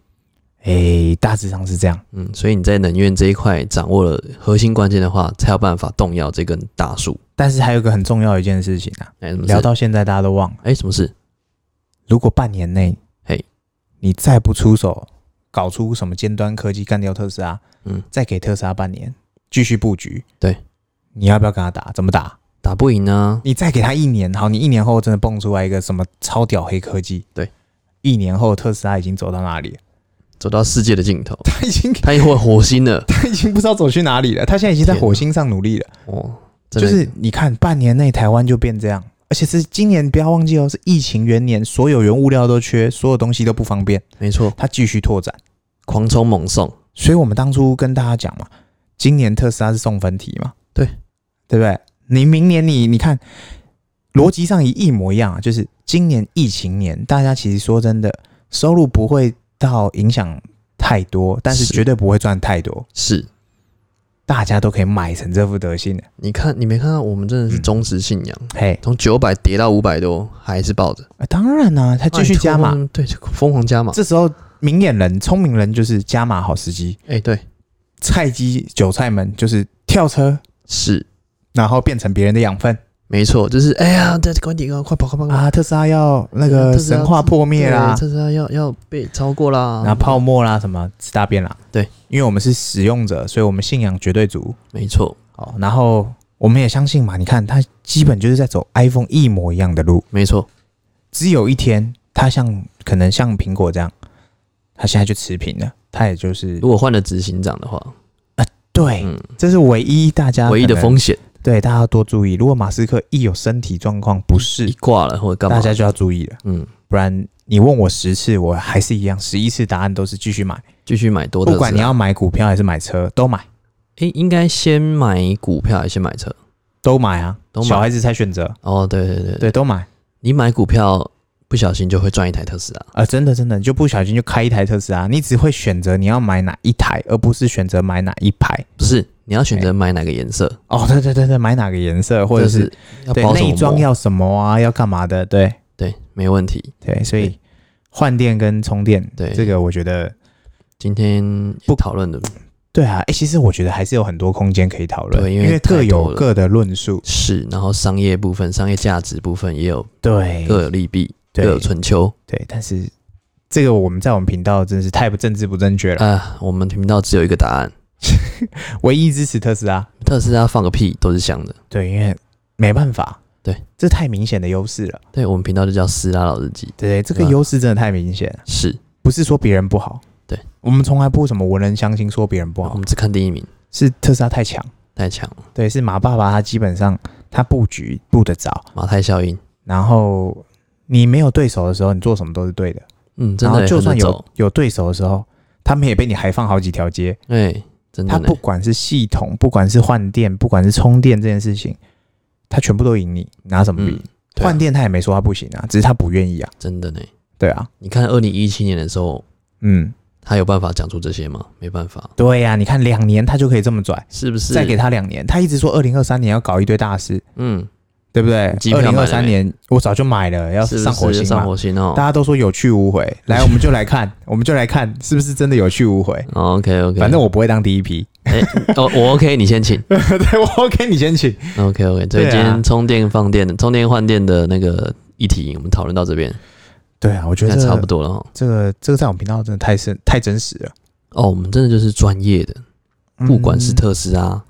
Speaker 2: 诶、大致上是这样。
Speaker 1: 嗯，所以你在能源这一块掌握了核心关键的话，才有办法动摇这根大树。
Speaker 2: 但是还有一个很重要的一件事情啊，
Speaker 1: 哎、什么事
Speaker 2: 聊到现在大家都忘了，
Speaker 1: 哎、什么事？
Speaker 2: 如果半年内，
Speaker 1: 嘿，
Speaker 2: 你再不出手，搞出什么尖端科技干掉特斯拉，
Speaker 1: 嗯，
Speaker 2: 再给特斯拉半年继续布局，
Speaker 1: 对，
Speaker 2: 你要不要跟他打？怎么打？
Speaker 1: 打不赢啊！
Speaker 2: 你再给他一年，好，你一年后真的蹦出来一个什么超屌黑科技，
Speaker 1: 对，
Speaker 2: 一年后特斯拉已经走到哪里了？
Speaker 1: 走到世界的尽头，
Speaker 2: 他已经
Speaker 1: 他也会火星了。
Speaker 2: 他已经不知道走去哪里了，他现在已经在
Speaker 1: 天哪
Speaker 2: 火星上努力了。
Speaker 1: 哦，真
Speaker 2: 就
Speaker 1: 的
Speaker 2: 是你看，半年内台湾就变这样，而且是今年不要忘记哦，是疫情元年，所有原物料都缺，所有东西都不方便，
Speaker 1: 没错，
Speaker 2: 它继续拓展。
Speaker 1: 狂冲猛送，
Speaker 2: 所以我们当初跟大家讲嘛，今年特斯拉是送分题嘛，
Speaker 1: 对
Speaker 2: 对不对？你明年你你看，逻辑上一一模一样啊，就是今年疫情年，大家其实说真的，收入不会到影响太多，但是
Speaker 1: 是
Speaker 2: 绝对不会赚太多，
Speaker 1: 是
Speaker 2: 大家都可以买成这副德性的，
Speaker 1: 你看，你没看到我们真的是忠实信仰，
Speaker 2: 嘿，
Speaker 1: 从九百跌到五百多，还是抱着，
Speaker 2: 啊当然啦、他继续加码
Speaker 1: 哎，，对，疯狂加码。
Speaker 2: 这时候明眼人、聪明人就是加码好时机，
Speaker 1: 哎、对，
Speaker 2: 菜鸡、韭菜们就是跳车，
Speaker 1: 是
Speaker 2: 然后变成别人的养分
Speaker 1: 没错，就是哎呀，这观点啊，快跑，快跑，快跑！
Speaker 2: 啊！特斯拉要那个
Speaker 1: 啊特斯拉
Speaker 2: 神话破灭啦
Speaker 1: 对，特斯拉要要被超过啦，
Speaker 2: 然后泡沫啦，什么吃大便啦，
Speaker 1: 对，
Speaker 2: 因为我们是使用者，所以我们信仰绝对足
Speaker 1: 没错，
Speaker 2: 哦。然后我们也相信嘛，你看它基本就是在走 iPhone 一模一样的路，
Speaker 1: 没错，
Speaker 2: 只有一天它像可能像苹果这样，它现在就持平了，它也就是
Speaker 1: 如果换了执行长的话，
Speaker 2: 对，
Speaker 1: 嗯，
Speaker 2: 这是唯一大家
Speaker 1: 唯一的
Speaker 2: 哎可能
Speaker 1: 风险
Speaker 2: 对，大家要多注意。如果马斯克一有身体状况不
Speaker 1: 一
Speaker 2: 适，
Speaker 1: 挂了或嗯者干嘛，
Speaker 2: 大家就要注意了，
Speaker 1: 嗯，
Speaker 2: 不然你问我十次，我还是一样，十一次答案都是继续买，
Speaker 1: 继续买多特斯拉
Speaker 2: 不管你要买股票还是买车，都买，
Speaker 1: 诶、应该先买股票还是先买车？
Speaker 2: 都买啊，
Speaker 1: 都买
Speaker 2: 小孩子才选择，
Speaker 1: 哦，对对对，
Speaker 2: 对，都买。
Speaker 1: 你买股票不小心就会赚一台特斯拉，
Speaker 2: 啊，真的真的，你就不小心就开一台特斯拉，你只会选择你要买哪一台，而不是选择买哪一排。
Speaker 1: 不是你要选
Speaker 2: 哎
Speaker 1: 择买哪个颜色，
Speaker 2: 哦，对对对对，买哪个颜色，或者
Speaker 1: 就是是要
Speaker 2: 对
Speaker 1: 包什么
Speaker 2: 内装
Speaker 1: 膜
Speaker 2: 要什么啊，要干嘛的，对
Speaker 1: 对，没问题。
Speaker 2: 对，所以
Speaker 1: 对
Speaker 2: 换电跟充电，
Speaker 1: 对
Speaker 2: 这个我觉得
Speaker 1: 今天
Speaker 2: 不
Speaker 1: 讨论的
Speaker 2: 对啊，哎、其实我觉得还是有很多空间可以讨论，
Speaker 1: 对
Speaker 2: 因
Speaker 1: 因为太多
Speaker 2: 各
Speaker 1: 了
Speaker 2: 有各的论述，
Speaker 1: 是，然后商业部分、商业价值部分也有
Speaker 2: 对
Speaker 1: 各有利弊，各有
Speaker 2: 哎对
Speaker 1: 春秋
Speaker 2: 对，但是这个我们在我们频道真是太不政治不正确了，
Speaker 1: 啊。我们频道只有一个答案，
Speaker 2: 唯一支持特斯拉，
Speaker 1: 特斯拉放个屁都是香的。
Speaker 2: 对，因为没办法，
Speaker 1: 对，
Speaker 2: 这太明显的优势了，
Speaker 1: 对我们频道就叫斯拉老日记，
Speaker 2: 对，这个
Speaker 1: 对啊
Speaker 2: 优势真的太明显了，
Speaker 1: 是
Speaker 2: 不是说别人不好，
Speaker 1: 对嗯
Speaker 2: 我们从来不什么文人相轻说别人不
Speaker 1: 我
Speaker 2: 好，
Speaker 1: 们只看第一名，
Speaker 2: 是特斯拉太强，
Speaker 1: 太强了，
Speaker 2: 对，是马爸爸他基本上他布局布得早，
Speaker 1: 马太效应。
Speaker 2: 然后你没有对手的时候，你做什么都是对的，
Speaker 1: 嗯，真
Speaker 2: 然
Speaker 1: 的
Speaker 2: 后
Speaker 1: 耶
Speaker 2: 就算
Speaker 1: 很能
Speaker 2: 有
Speaker 1: 走
Speaker 2: 有对手的时候，他们也被你还放好几条街。
Speaker 1: 哎，真的
Speaker 2: 他
Speaker 1: 呢
Speaker 2: 不管是系统，不管是换电，不管是充电这件事情，他全部都赢你，拿什么比
Speaker 1: 嗯？，对啊
Speaker 2: 换、电他也没说他不行啊，只是他不愿意啊。
Speaker 1: 真的呢。
Speaker 2: 对啊，
Speaker 1: 你看二零一七年的时候，
Speaker 2: 嗯，
Speaker 1: 他有办法讲出这些吗？没办法，
Speaker 2: 对呀、你看两年他就可以这么拽，
Speaker 1: 是不是？
Speaker 2: 再给他两年，他一直说二零二三年要搞一堆大事，
Speaker 1: 嗯，
Speaker 2: 对不对？
Speaker 1: 机
Speaker 2: 二
Speaker 1: 票买了
Speaker 2: 零
Speaker 1: 没
Speaker 2: 二三年我早就买了，要
Speaker 1: 是不是
Speaker 2: 上火星
Speaker 1: 上
Speaker 2: 嘛。
Speaker 1: 火星哦
Speaker 2: 大。家都说有去无回，来，我们就来看，我们就来看是不是真的有去无 回。
Speaker 1: OK OK，
Speaker 2: 反正我不会当第一批，
Speaker 1: 哦我 OK，你先请。
Speaker 2: 对我 OK，你先请。
Speaker 1: OK OK，所以
Speaker 2: 对啊
Speaker 1: 今天充电放电的、充电换电的那个议题，我们讨论到这边，
Speaker 2: 对啊，我觉
Speaker 1: 应
Speaker 2: 得
Speaker 1: 该
Speaker 2: 这
Speaker 1: 差不多了哦哈。
Speaker 2: 这个这个在我们频道真的太深太真实了。
Speaker 1: 哦，我们真的就是专业的，不管是
Speaker 2: 嗯
Speaker 1: 特斯拉，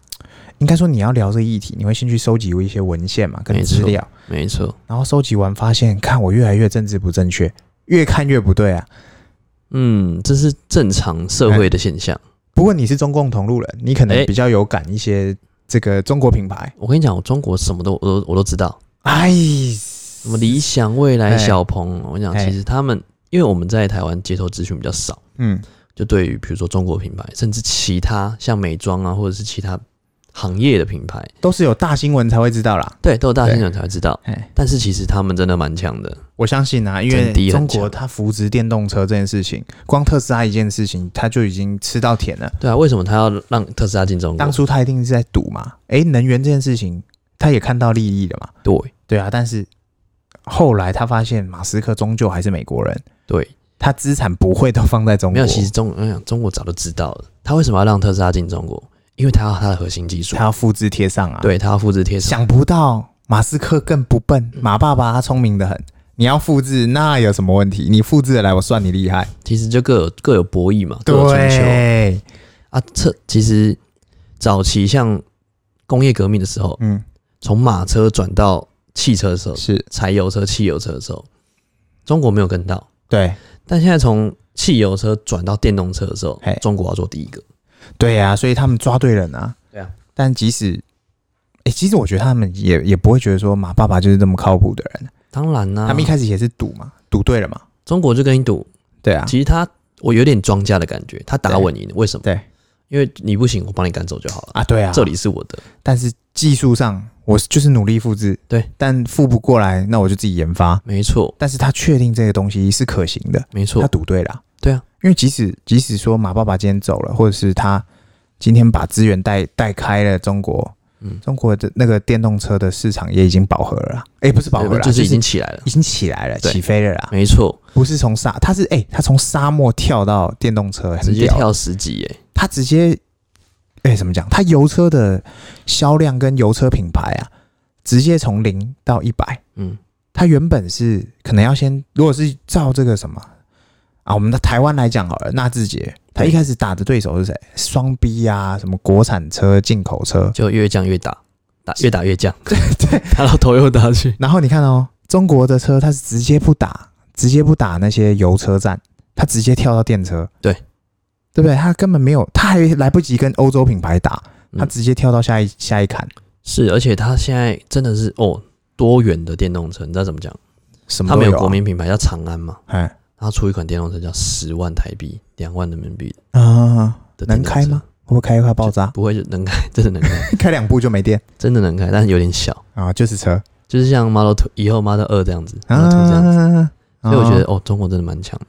Speaker 2: 应该说你要聊这个议题，你会先去收集一些文献嘛，跟
Speaker 1: 没
Speaker 2: 资
Speaker 1: 错
Speaker 2: 料，
Speaker 1: 没错，
Speaker 2: 然后收集完发现，看我越来越政治不正确，越看越不对啊。
Speaker 1: 嗯，这是正常社会的现象。
Speaker 2: 不过你是中共同路人，你可能
Speaker 1: 哎
Speaker 2: 比较有感一些这个中国品牌。
Speaker 1: 我跟你讲，我中国什么都我都我都知道，
Speaker 2: 哎，
Speaker 1: 什么理想、未
Speaker 2: 哎
Speaker 1: 来、小鹏，我跟你讲，
Speaker 2: 哎
Speaker 1: 其实他们因为我们在台湾接受资讯比较少，
Speaker 2: 嗯，
Speaker 1: 就对于比如说中国品牌，甚至其他像美妆啊，或者是其他行业的品牌，
Speaker 2: 都是有大新闻才会知道啦。
Speaker 1: 对，都有大新闻才会知道
Speaker 2: 哎。
Speaker 1: 但是其实他们真的蛮强的，
Speaker 2: 我相信啊，因
Speaker 1: 真
Speaker 2: 为
Speaker 1: 的
Speaker 2: 中
Speaker 1: 很
Speaker 2: 国
Speaker 1: 强
Speaker 2: 它扶植电动车这件事情，光特斯拉一件事情，它就已经吃到甜了。
Speaker 1: 对啊，为什么他要让特斯拉进中国
Speaker 2: 当？初它一定是在赌嘛，哎、能源这件事情，它也看到利益了嘛。
Speaker 1: 对
Speaker 2: 对啊，但是后来他发现马斯克终究还是美国人，
Speaker 1: 对，
Speaker 2: 他资产不会都放在中国，
Speaker 1: 没有，其实中我想中国早就知道了，他为什么要让特斯拉进中国？因为他要他的核心技术
Speaker 2: 他，要复制贴上啊。，
Speaker 1: 对他要复制贴上，
Speaker 2: 想不到马斯克更不笨，马爸爸他聪明的很。你要复制那有什么问题？你复制的来，我算你厉害。
Speaker 1: 其实就各有各有博弈嘛，各有春秋
Speaker 2: 对，
Speaker 1: 啊。这其实早期像工业革命的时候，
Speaker 2: 嗯，
Speaker 1: 从马车转到汽车的时候，
Speaker 2: 是
Speaker 1: 柴油车、汽油车的时候，中国没有跟到，
Speaker 2: 对，
Speaker 1: 但现在从汽油车转到电动车的时候
Speaker 2: 嘿，
Speaker 1: 中国要做第一个。
Speaker 2: 对啊，所以他们抓对人啊。
Speaker 1: 对啊，
Speaker 2: 但即使，哎、其实我觉得他们也也不会觉得说马爸爸就是这么靠谱的人，
Speaker 1: 当然啦、
Speaker 2: 他们一开始也是赌嘛，赌对了嘛。
Speaker 1: 中国就跟你赌，
Speaker 2: 对啊，
Speaker 1: 其实他我有点庄家的感觉，他打稳赢，为什么？
Speaker 2: 对，
Speaker 1: 因为你不行，我帮你赶走就好了。
Speaker 2: 啊，对啊，
Speaker 1: 这里是我的，
Speaker 2: 但是技术上我是就是努力复制，
Speaker 1: 对，
Speaker 2: 但复不过来，那我就自己研发。
Speaker 1: 没错，
Speaker 2: 但是他确定这个东西是可行的，
Speaker 1: 没
Speaker 2: 他
Speaker 1: 错，
Speaker 2: 赌对了。
Speaker 1: 对啊，
Speaker 2: 因为即使即使说马爸爸今天走了，或者是他今天把资源带带开了中国，
Speaker 1: 嗯
Speaker 2: 中国的那个电动车的市场也已经饱和了啦，哎、不是饱和
Speaker 1: 对
Speaker 2: 了啦，
Speaker 1: 就是已
Speaker 2: 已
Speaker 1: 经
Speaker 2: 经
Speaker 1: 起来了，
Speaker 2: 已经起来了，
Speaker 1: 对
Speaker 2: 起飞了啦。
Speaker 1: 没错，
Speaker 2: 不是从沙，他是哎、他从沙漠跳到电动车，很
Speaker 1: 直接
Speaker 2: 屌
Speaker 1: 跳十级耶，
Speaker 2: 他直接，哎、怎么讲？他油车的销量跟油车品牌啊，直接从零到一百。
Speaker 1: 嗯，
Speaker 2: 他原本是可能要先，如果是照这个什么啊，我们的台湾来讲好了，纳智捷，他
Speaker 1: 对
Speaker 2: 一开始打的对手是谁？双 B 啊，什么国产车、进口车。
Speaker 1: 就越降越打，打越打越 降，对对，打到头又打去，
Speaker 2: 然后你看哦，中国的车它是直接不打，直接不打那些油车站，它直接跳到电车。
Speaker 1: 对。
Speaker 2: 对不对？它根本没有，它还来不及跟欧洲品牌打，它
Speaker 1: 嗯
Speaker 2: 直接跳到下一下一坎。
Speaker 1: 是，而且他现在真的是哦，多元的电动车，你知道怎么讲？
Speaker 2: 什么
Speaker 1: 他
Speaker 2: 都
Speaker 1: 们有
Speaker 2: 啊
Speaker 1: 国民品牌叫长安嘛，
Speaker 2: 哎
Speaker 1: 他出一款电动车叫十万台币，两万人民币
Speaker 2: 啊，
Speaker 1: 的电
Speaker 2: 能
Speaker 1: 动车
Speaker 2: 开吗？？会不会开一块爆炸？
Speaker 1: 不会就能开， 真的能开，
Speaker 2: 开两步就 没电
Speaker 1: 真的能开，但是有点小。
Speaker 2: 啊，就是车
Speaker 1: 就是像 Model Two 以后 Model 二这样子
Speaker 2: 啊
Speaker 1: ，Model Two 这样子，
Speaker 2: 啊
Speaker 1: 所以我觉得哦，中国真的蛮强的，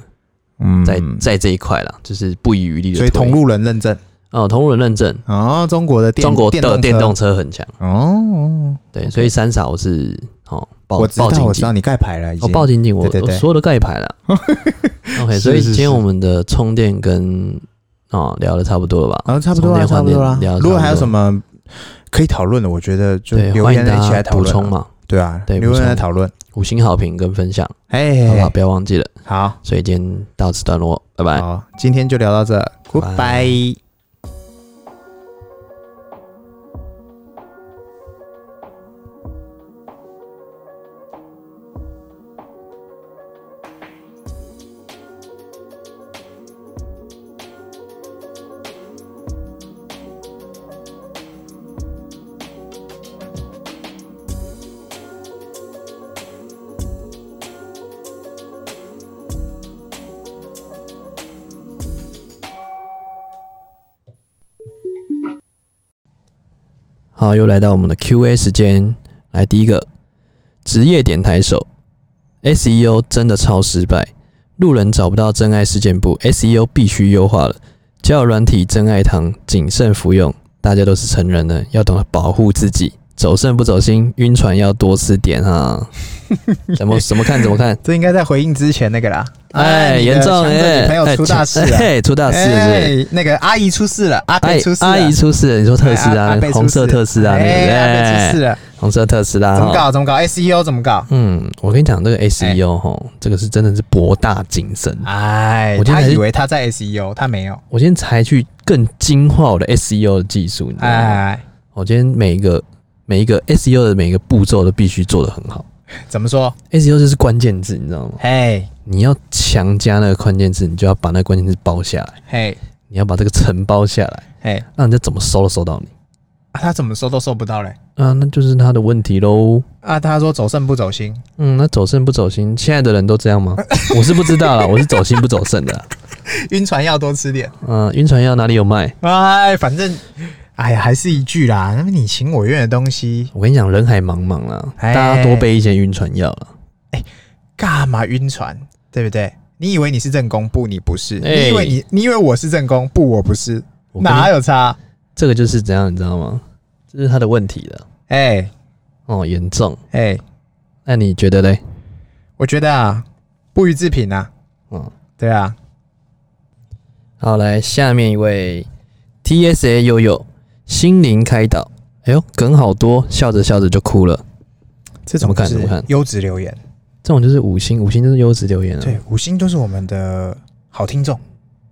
Speaker 2: 嗯
Speaker 1: 在在这一块啦，就是不遗余力的。
Speaker 2: 所以同路人认证
Speaker 1: 哦，同路人认证，
Speaker 2: 哦，中国的电
Speaker 1: 中国
Speaker 2: 电
Speaker 1: 的电
Speaker 2: 车
Speaker 1: 动车很强，
Speaker 2: 哦，
Speaker 1: 对，所以三傻我是哦报
Speaker 2: 我知道
Speaker 1: 报警
Speaker 2: 我知道
Speaker 1: 警，
Speaker 2: 你盖牌了已
Speaker 1: 哦
Speaker 2: 经，
Speaker 1: 报警警，我
Speaker 2: 对对
Speaker 1: 我
Speaker 2: 对
Speaker 1: 所有的盖牌 了。OK，
Speaker 2: 是
Speaker 1: 所以
Speaker 2: 是
Speaker 1: 今天
Speaker 2: 是
Speaker 1: 我们的充电跟哦聊的差不多了吧？
Speaker 2: 然后啊差不多啦，
Speaker 1: 充电
Speaker 2: 差不多啦
Speaker 1: 换电聊得差不多
Speaker 2: 如果还有什么可以讨论的，我觉得就
Speaker 1: 对，
Speaker 2: 留
Speaker 1: 欢迎
Speaker 2: 言一起
Speaker 1: 大家
Speaker 2: 来讨
Speaker 1: 补
Speaker 2: 论
Speaker 1: 充
Speaker 2: 啊。
Speaker 1: 嘛，
Speaker 2: 对啊，
Speaker 1: 对
Speaker 2: 留
Speaker 1: 不
Speaker 2: 言
Speaker 1: 错
Speaker 2: 来讨论。
Speaker 1: 五星好评跟分享，
Speaker 2: 哎，
Speaker 1: 好不好？不要忘记了。
Speaker 2: 好，
Speaker 1: 所以今天到此段落，拜拜。
Speaker 2: 好，今天就聊到这
Speaker 1: 拜
Speaker 2: ，Goodbye。
Speaker 1: 好，又来到我们的 Q&A 时间。来，第一个，职业点台手，SEO 真的超失败，路人找不到真爱事件簿，SEO 必须优化了。交友软体真爱堂，谨慎服用。大家都是成人了，要懂得保护自己，走肾不走心，晕船要多吃点 哈。怎么怎么看怎么看？
Speaker 2: 这应该在回应之前那个啦。
Speaker 1: 哎，
Speaker 2: 你的
Speaker 1: 严重
Speaker 2: 强者
Speaker 1: 哎，
Speaker 2: 女朋友
Speaker 1: 哎
Speaker 2: 出大事啊
Speaker 1: 哎
Speaker 2: 了。
Speaker 1: 嘿，出大事了是不是
Speaker 2: 哎，那个阿姨出事了，阿
Speaker 1: 阿
Speaker 2: 贝出事了，啊
Speaker 1: 阿姨出事了，你说特斯
Speaker 2: 哎
Speaker 1: 拉
Speaker 2: 阿贝出事
Speaker 1: 红色特斯拉那个，
Speaker 2: 哎，阿贝
Speaker 1: 哎
Speaker 2: 出事了，
Speaker 1: 红色特斯拉哦
Speaker 2: 怎么
Speaker 1: 哈。
Speaker 2: 搞？怎么搞？SEO 怎么搞？
Speaker 1: 嗯，我跟你讲，这个 SEO 哈、这个是真的是博大精深。
Speaker 2: 哎
Speaker 1: 我，今天
Speaker 2: 他
Speaker 1: 还是
Speaker 2: 以为他在 SEO，他没有。
Speaker 1: 我今天才去更精化我的 SEO 的技术，你知道吗？
Speaker 2: 哎，
Speaker 1: 我今天每一个每一个 SEO 的每一个步骤都必须做得很好。
Speaker 2: 怎么说？
Speaker 1: SEO 就是关键字，你知道吗？
Speaker 2: 嘿，
Speaker 1: 你要强加那个关键字，你就要把那个关键字包下来，
Speaker 2: 嘿，
Speaker 1: 你要把这个承包下来，
Speaker 2: 嘿，
Speaker 1: 让人家怎么搜都搜到你。
Speaker 2: 啊他怎么搜都搜不到嘞。
Speaker 1: 啊，那就是他的问题喽。
Speaker 2: 啊，他说走肾不走心，
Speaker 1: 嗯，那走肾不走心，现在的人都这样吗？我是不知道啦，我是走心不走肾的啦。
Speaker 2: 晕船药多吃点。
Speaker 1: 嗯、晕船药哪里有卖？
Speaker 2: 哎，反正，哎呀，还是一句啦，那么你情我愿的东西，
Speaker 1: 我跟你讲，人海茫茫啦，
Speaker 2: 哎
Speaker 1: 大家多备一些晕船药了。
Speaker 2: 干嘛晕船？对不对？你以为你是正宫，不，你不是。
Speaker 1: 哎
Speaker 2: 你以为你，你以为我是正宫，不，我不是。
Speaker 1: 我跟
Speaker 2: 哪
Speaker 1: 你
Speaker 2: 有差？
Speaker 1: 这个就是怎样，你知道吗？这是他的问题了，
Speaker 2: 哎
Speaker 1: 哦，严重。
Speaker 2: 哎，
Speaker 1: 那你觉得嘞？
Speaker 2: 我觉得啊，不予置评啊。
Speaker 1: 嗯，
Speaker 2: 对啊，
Speaker 1: 好，来下面一位 T S A 悠悠心灵开导，哎呦，梗好多，笑着笑着就哭了。
Speaker 2: 这
Speaker 1: 怎么
Speaker 2: 种就
Speaker 1: 看怎么
Speaker 2: 是
Speaker 1: 看
Speaker 2: 优质留言，
Speaker 1: 这种就是五星，五星就是优质留言啊。
Speaker 2: 对，，五星就是我们的好听众，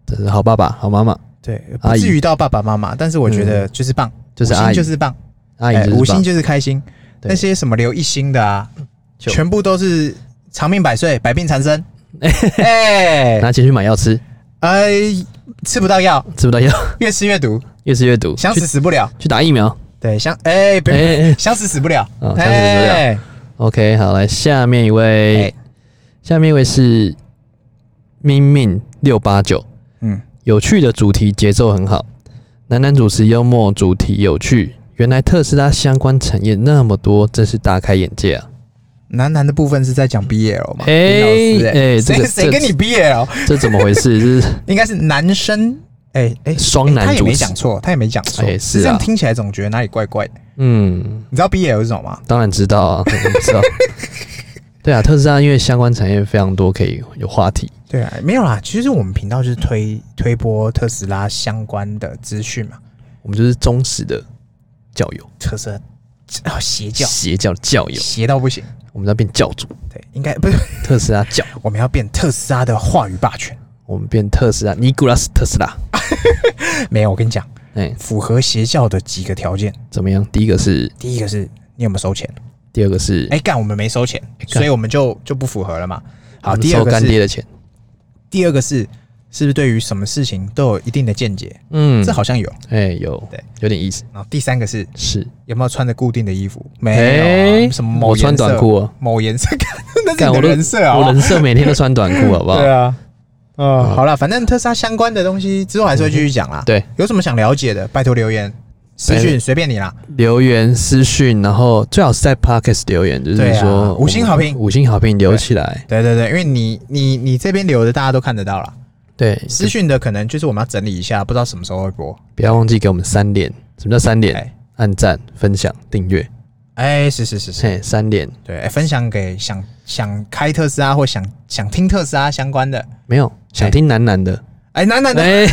Speaker 1: 这是好爸爸、好妈妈，
Speaker 2: 对，
Speaker 1: 阿
Speaker 2: 不
Speaker 1: 姨嗯
Speaker 2: 至于到爸爸妈妈，但是我觉得就是棒，
Speaker 1: 就是
Speaker 2: 五星
Speaker 1: 阿姨，
Speaker 2: 就是棒，
Speaker 1: 阿姨
Speaker 2: 哎
Speaker 1: 就是
Speaker 2: 五星
Speaker 1: 棒
Speaker 2: 就是开心。
Speaker 1: 对
Speaker 2: 那些什么留一星的啊，
Speaker 1: 就
Speaker 2: 全部都是长命百岁，百病 缠身。哎
Speaker 1: 拿钱去买药吃，
Speaker 2: 哎，吃不到药，
Speaker 1: 吃不到药，
Speaker 2: 越吃越毒，
Speaker 1: 越吃越毒，
Speaker 2: 想死
Speaker 1: 去
Speaker 2: 死不了。
Speaker 1: 去打疫苗。
Speaker 2: 对，想哎，不
Speaker 1: 哎哎哎
Speaker 2: 想死死不了，
Speaker 1: 哦想死死不了
Speaker 2: 哎
Speaker 1: OK，好，来下面一位，
Speaker 2: 哎
Speaker 1: 下面一位是明明六八九，
Speaker 2: 嗯，
Speaker 1: 有趣的主题节奏很好，男男主持幽默，主题有趣。原来特斯拉相关产业那么多，真是大开眼界啊！
Speaker 2: 男男的部分是在讲 BL 嘛？
Speaker 1: 哎
Speaker 2: 林老师
Speaker 1: 哎这
Speaker 2: 谁
Speaker 1: 个
Speaker 2: 谁
Speaker 1: 这
Speaker 2: 跟你 BL？
Speaker 1: 这怎么回 事？这是
Speaker 2: 应该是男生，哎哎，
Speaker 1: 双
Speaker 2: 他
Speaker 1: 男
Speaker 2: 也
Speaker 1: 主
Speaker 2: 没
Speaker 1: 持
Speaker 2: 讲，错，他也没讲错，
Speaker 1: 哎是啊
Speaker 2: 这样听起来总觉得哪里怪怪的。
Speaker 1: 嗯，
Speaker 2: 你知道 BL 是什么吗？
Speaker 1: 当然知道啊，我不 知道。对啊，特斯拉因为相关产业非常多，可以有话题。
Speaker 2: 对啊，没有啦，其实我们频道就是推推播特斯拉相关的资讯嘛，
Speaker 1: 我们就是忠实的教友，
Speaker 2: 特斯拉、啊邪教，
Speaker 1: 邪教的教友，
Speaker 2: 邪到不行。
Speaker 1: 我们要变教主，
Speaker 2: 对，应该不是，
Speaker 1: 特斯拉教，
Speaker 2: 我们要变特斯拉的话语霸权。
Speaker 1: 我们变特斯拉，尼古拉斯特斯拉。
Speaker 2: 没有，我跟你讲，
Speaker 1: 哎、
Speaker 2: 符合邪教的几个条件，
Speaker 1: 怎么样？第一个是，
Speaker 2: 第一个是你有没有收钱？
Speaker 1: 第二个是，
Speaker 2: 哎、干，我们没收钱，
Speaker 1: 干
Speaker 2: 所以我们就就不符合了嘛。
Speaker 1: 我
Speaker 2: 好，
Speaker 1: 们
Speaker 2: 第
Speaker 1: 收
Speaker 2: 二个
Speaker 1: 干
Speaker 2: 是
Speaker 1: 爹的钱，
Speaker 2: 第二个是，是不是对于什么事情都有一定的见解？
Speaker 1: 嗯
Speaker 2: 这，好像有。
Speaker 1: 哎、有
Speaker 2: 对，
Speaker 1: 有点意思，
Speaker 2: 然后第三个是
Speaker 1: 是，
Speaker 2: 有没有穿着固定的衣服？没有啊、
Speaker 1: 哎
Speaker 2: 什么某
Speaker 1: 我穿
Speaker 2: 颜色
Speaker 1: 短，裤啊，
Speaker 2: 某颜色， 那是
Speaker 1: 干
Speaker 2: 你
Speaker 1: 我
Speaker 2: 的
Speaker 1: 都
Speaker 2: 人设啊、
Speaker 1: 我人设每天都穿短裤，好不好？
Speaker 2: 对啊。嗯，好了，反正特斯拉相关的东西之后还是会继续讲啦。
Speaker 1: 对，
Speaker 2: 有什么想了解的，拜托留言、私
Speaker 1: 拜
Speaker 2: 讯，随便你啦。
Speaker 1: 留言私讯，然后最好是在 Podcast 留言，就是
Speaker 2: 对啊
Speaker 1: 说、
Speaker 2: 五星好评
Speaker 1: 五星好评留起来，
Speaker 2: 对对对，因为你你你这边留的大家都看得到啦，
Speaker 1: 对，
Speaker 2: 私讯的可能就是我们要整理一下，不知道什么时候会播。
Speaker 1: 不要忘记给我们三连，什么叫三连？
Speaker 2: 哎
Speaker 1: 按赞、分享、订阅，
Speaker 2: 哎，是是是是，
Speaker 1: 嘿，三连
Speaker 2: 对，哎分享给想想开特斯拉或想想听特斯拉相关的，
Speaker 1: 没有想听男男的，
Speaker 2: 哎，男男的
Speaker 1: 哎、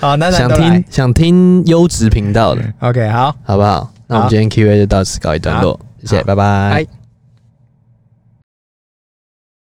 Speaker 2: 好，男 男
Speaker 1: 想
Speaker 2: 都来
Speaker 1: 听。想听优质频道的，
Speaker 2: OK，好，
Speaker 1: 好不好？那我们
Speaker 2: 好
Speaker 1: 今天 Q&A 就到此告一段落，
Speaker 3: 谢谢，
Speaker 1: 好
Speaker 3: 拜拜
Speaker 1: 拜。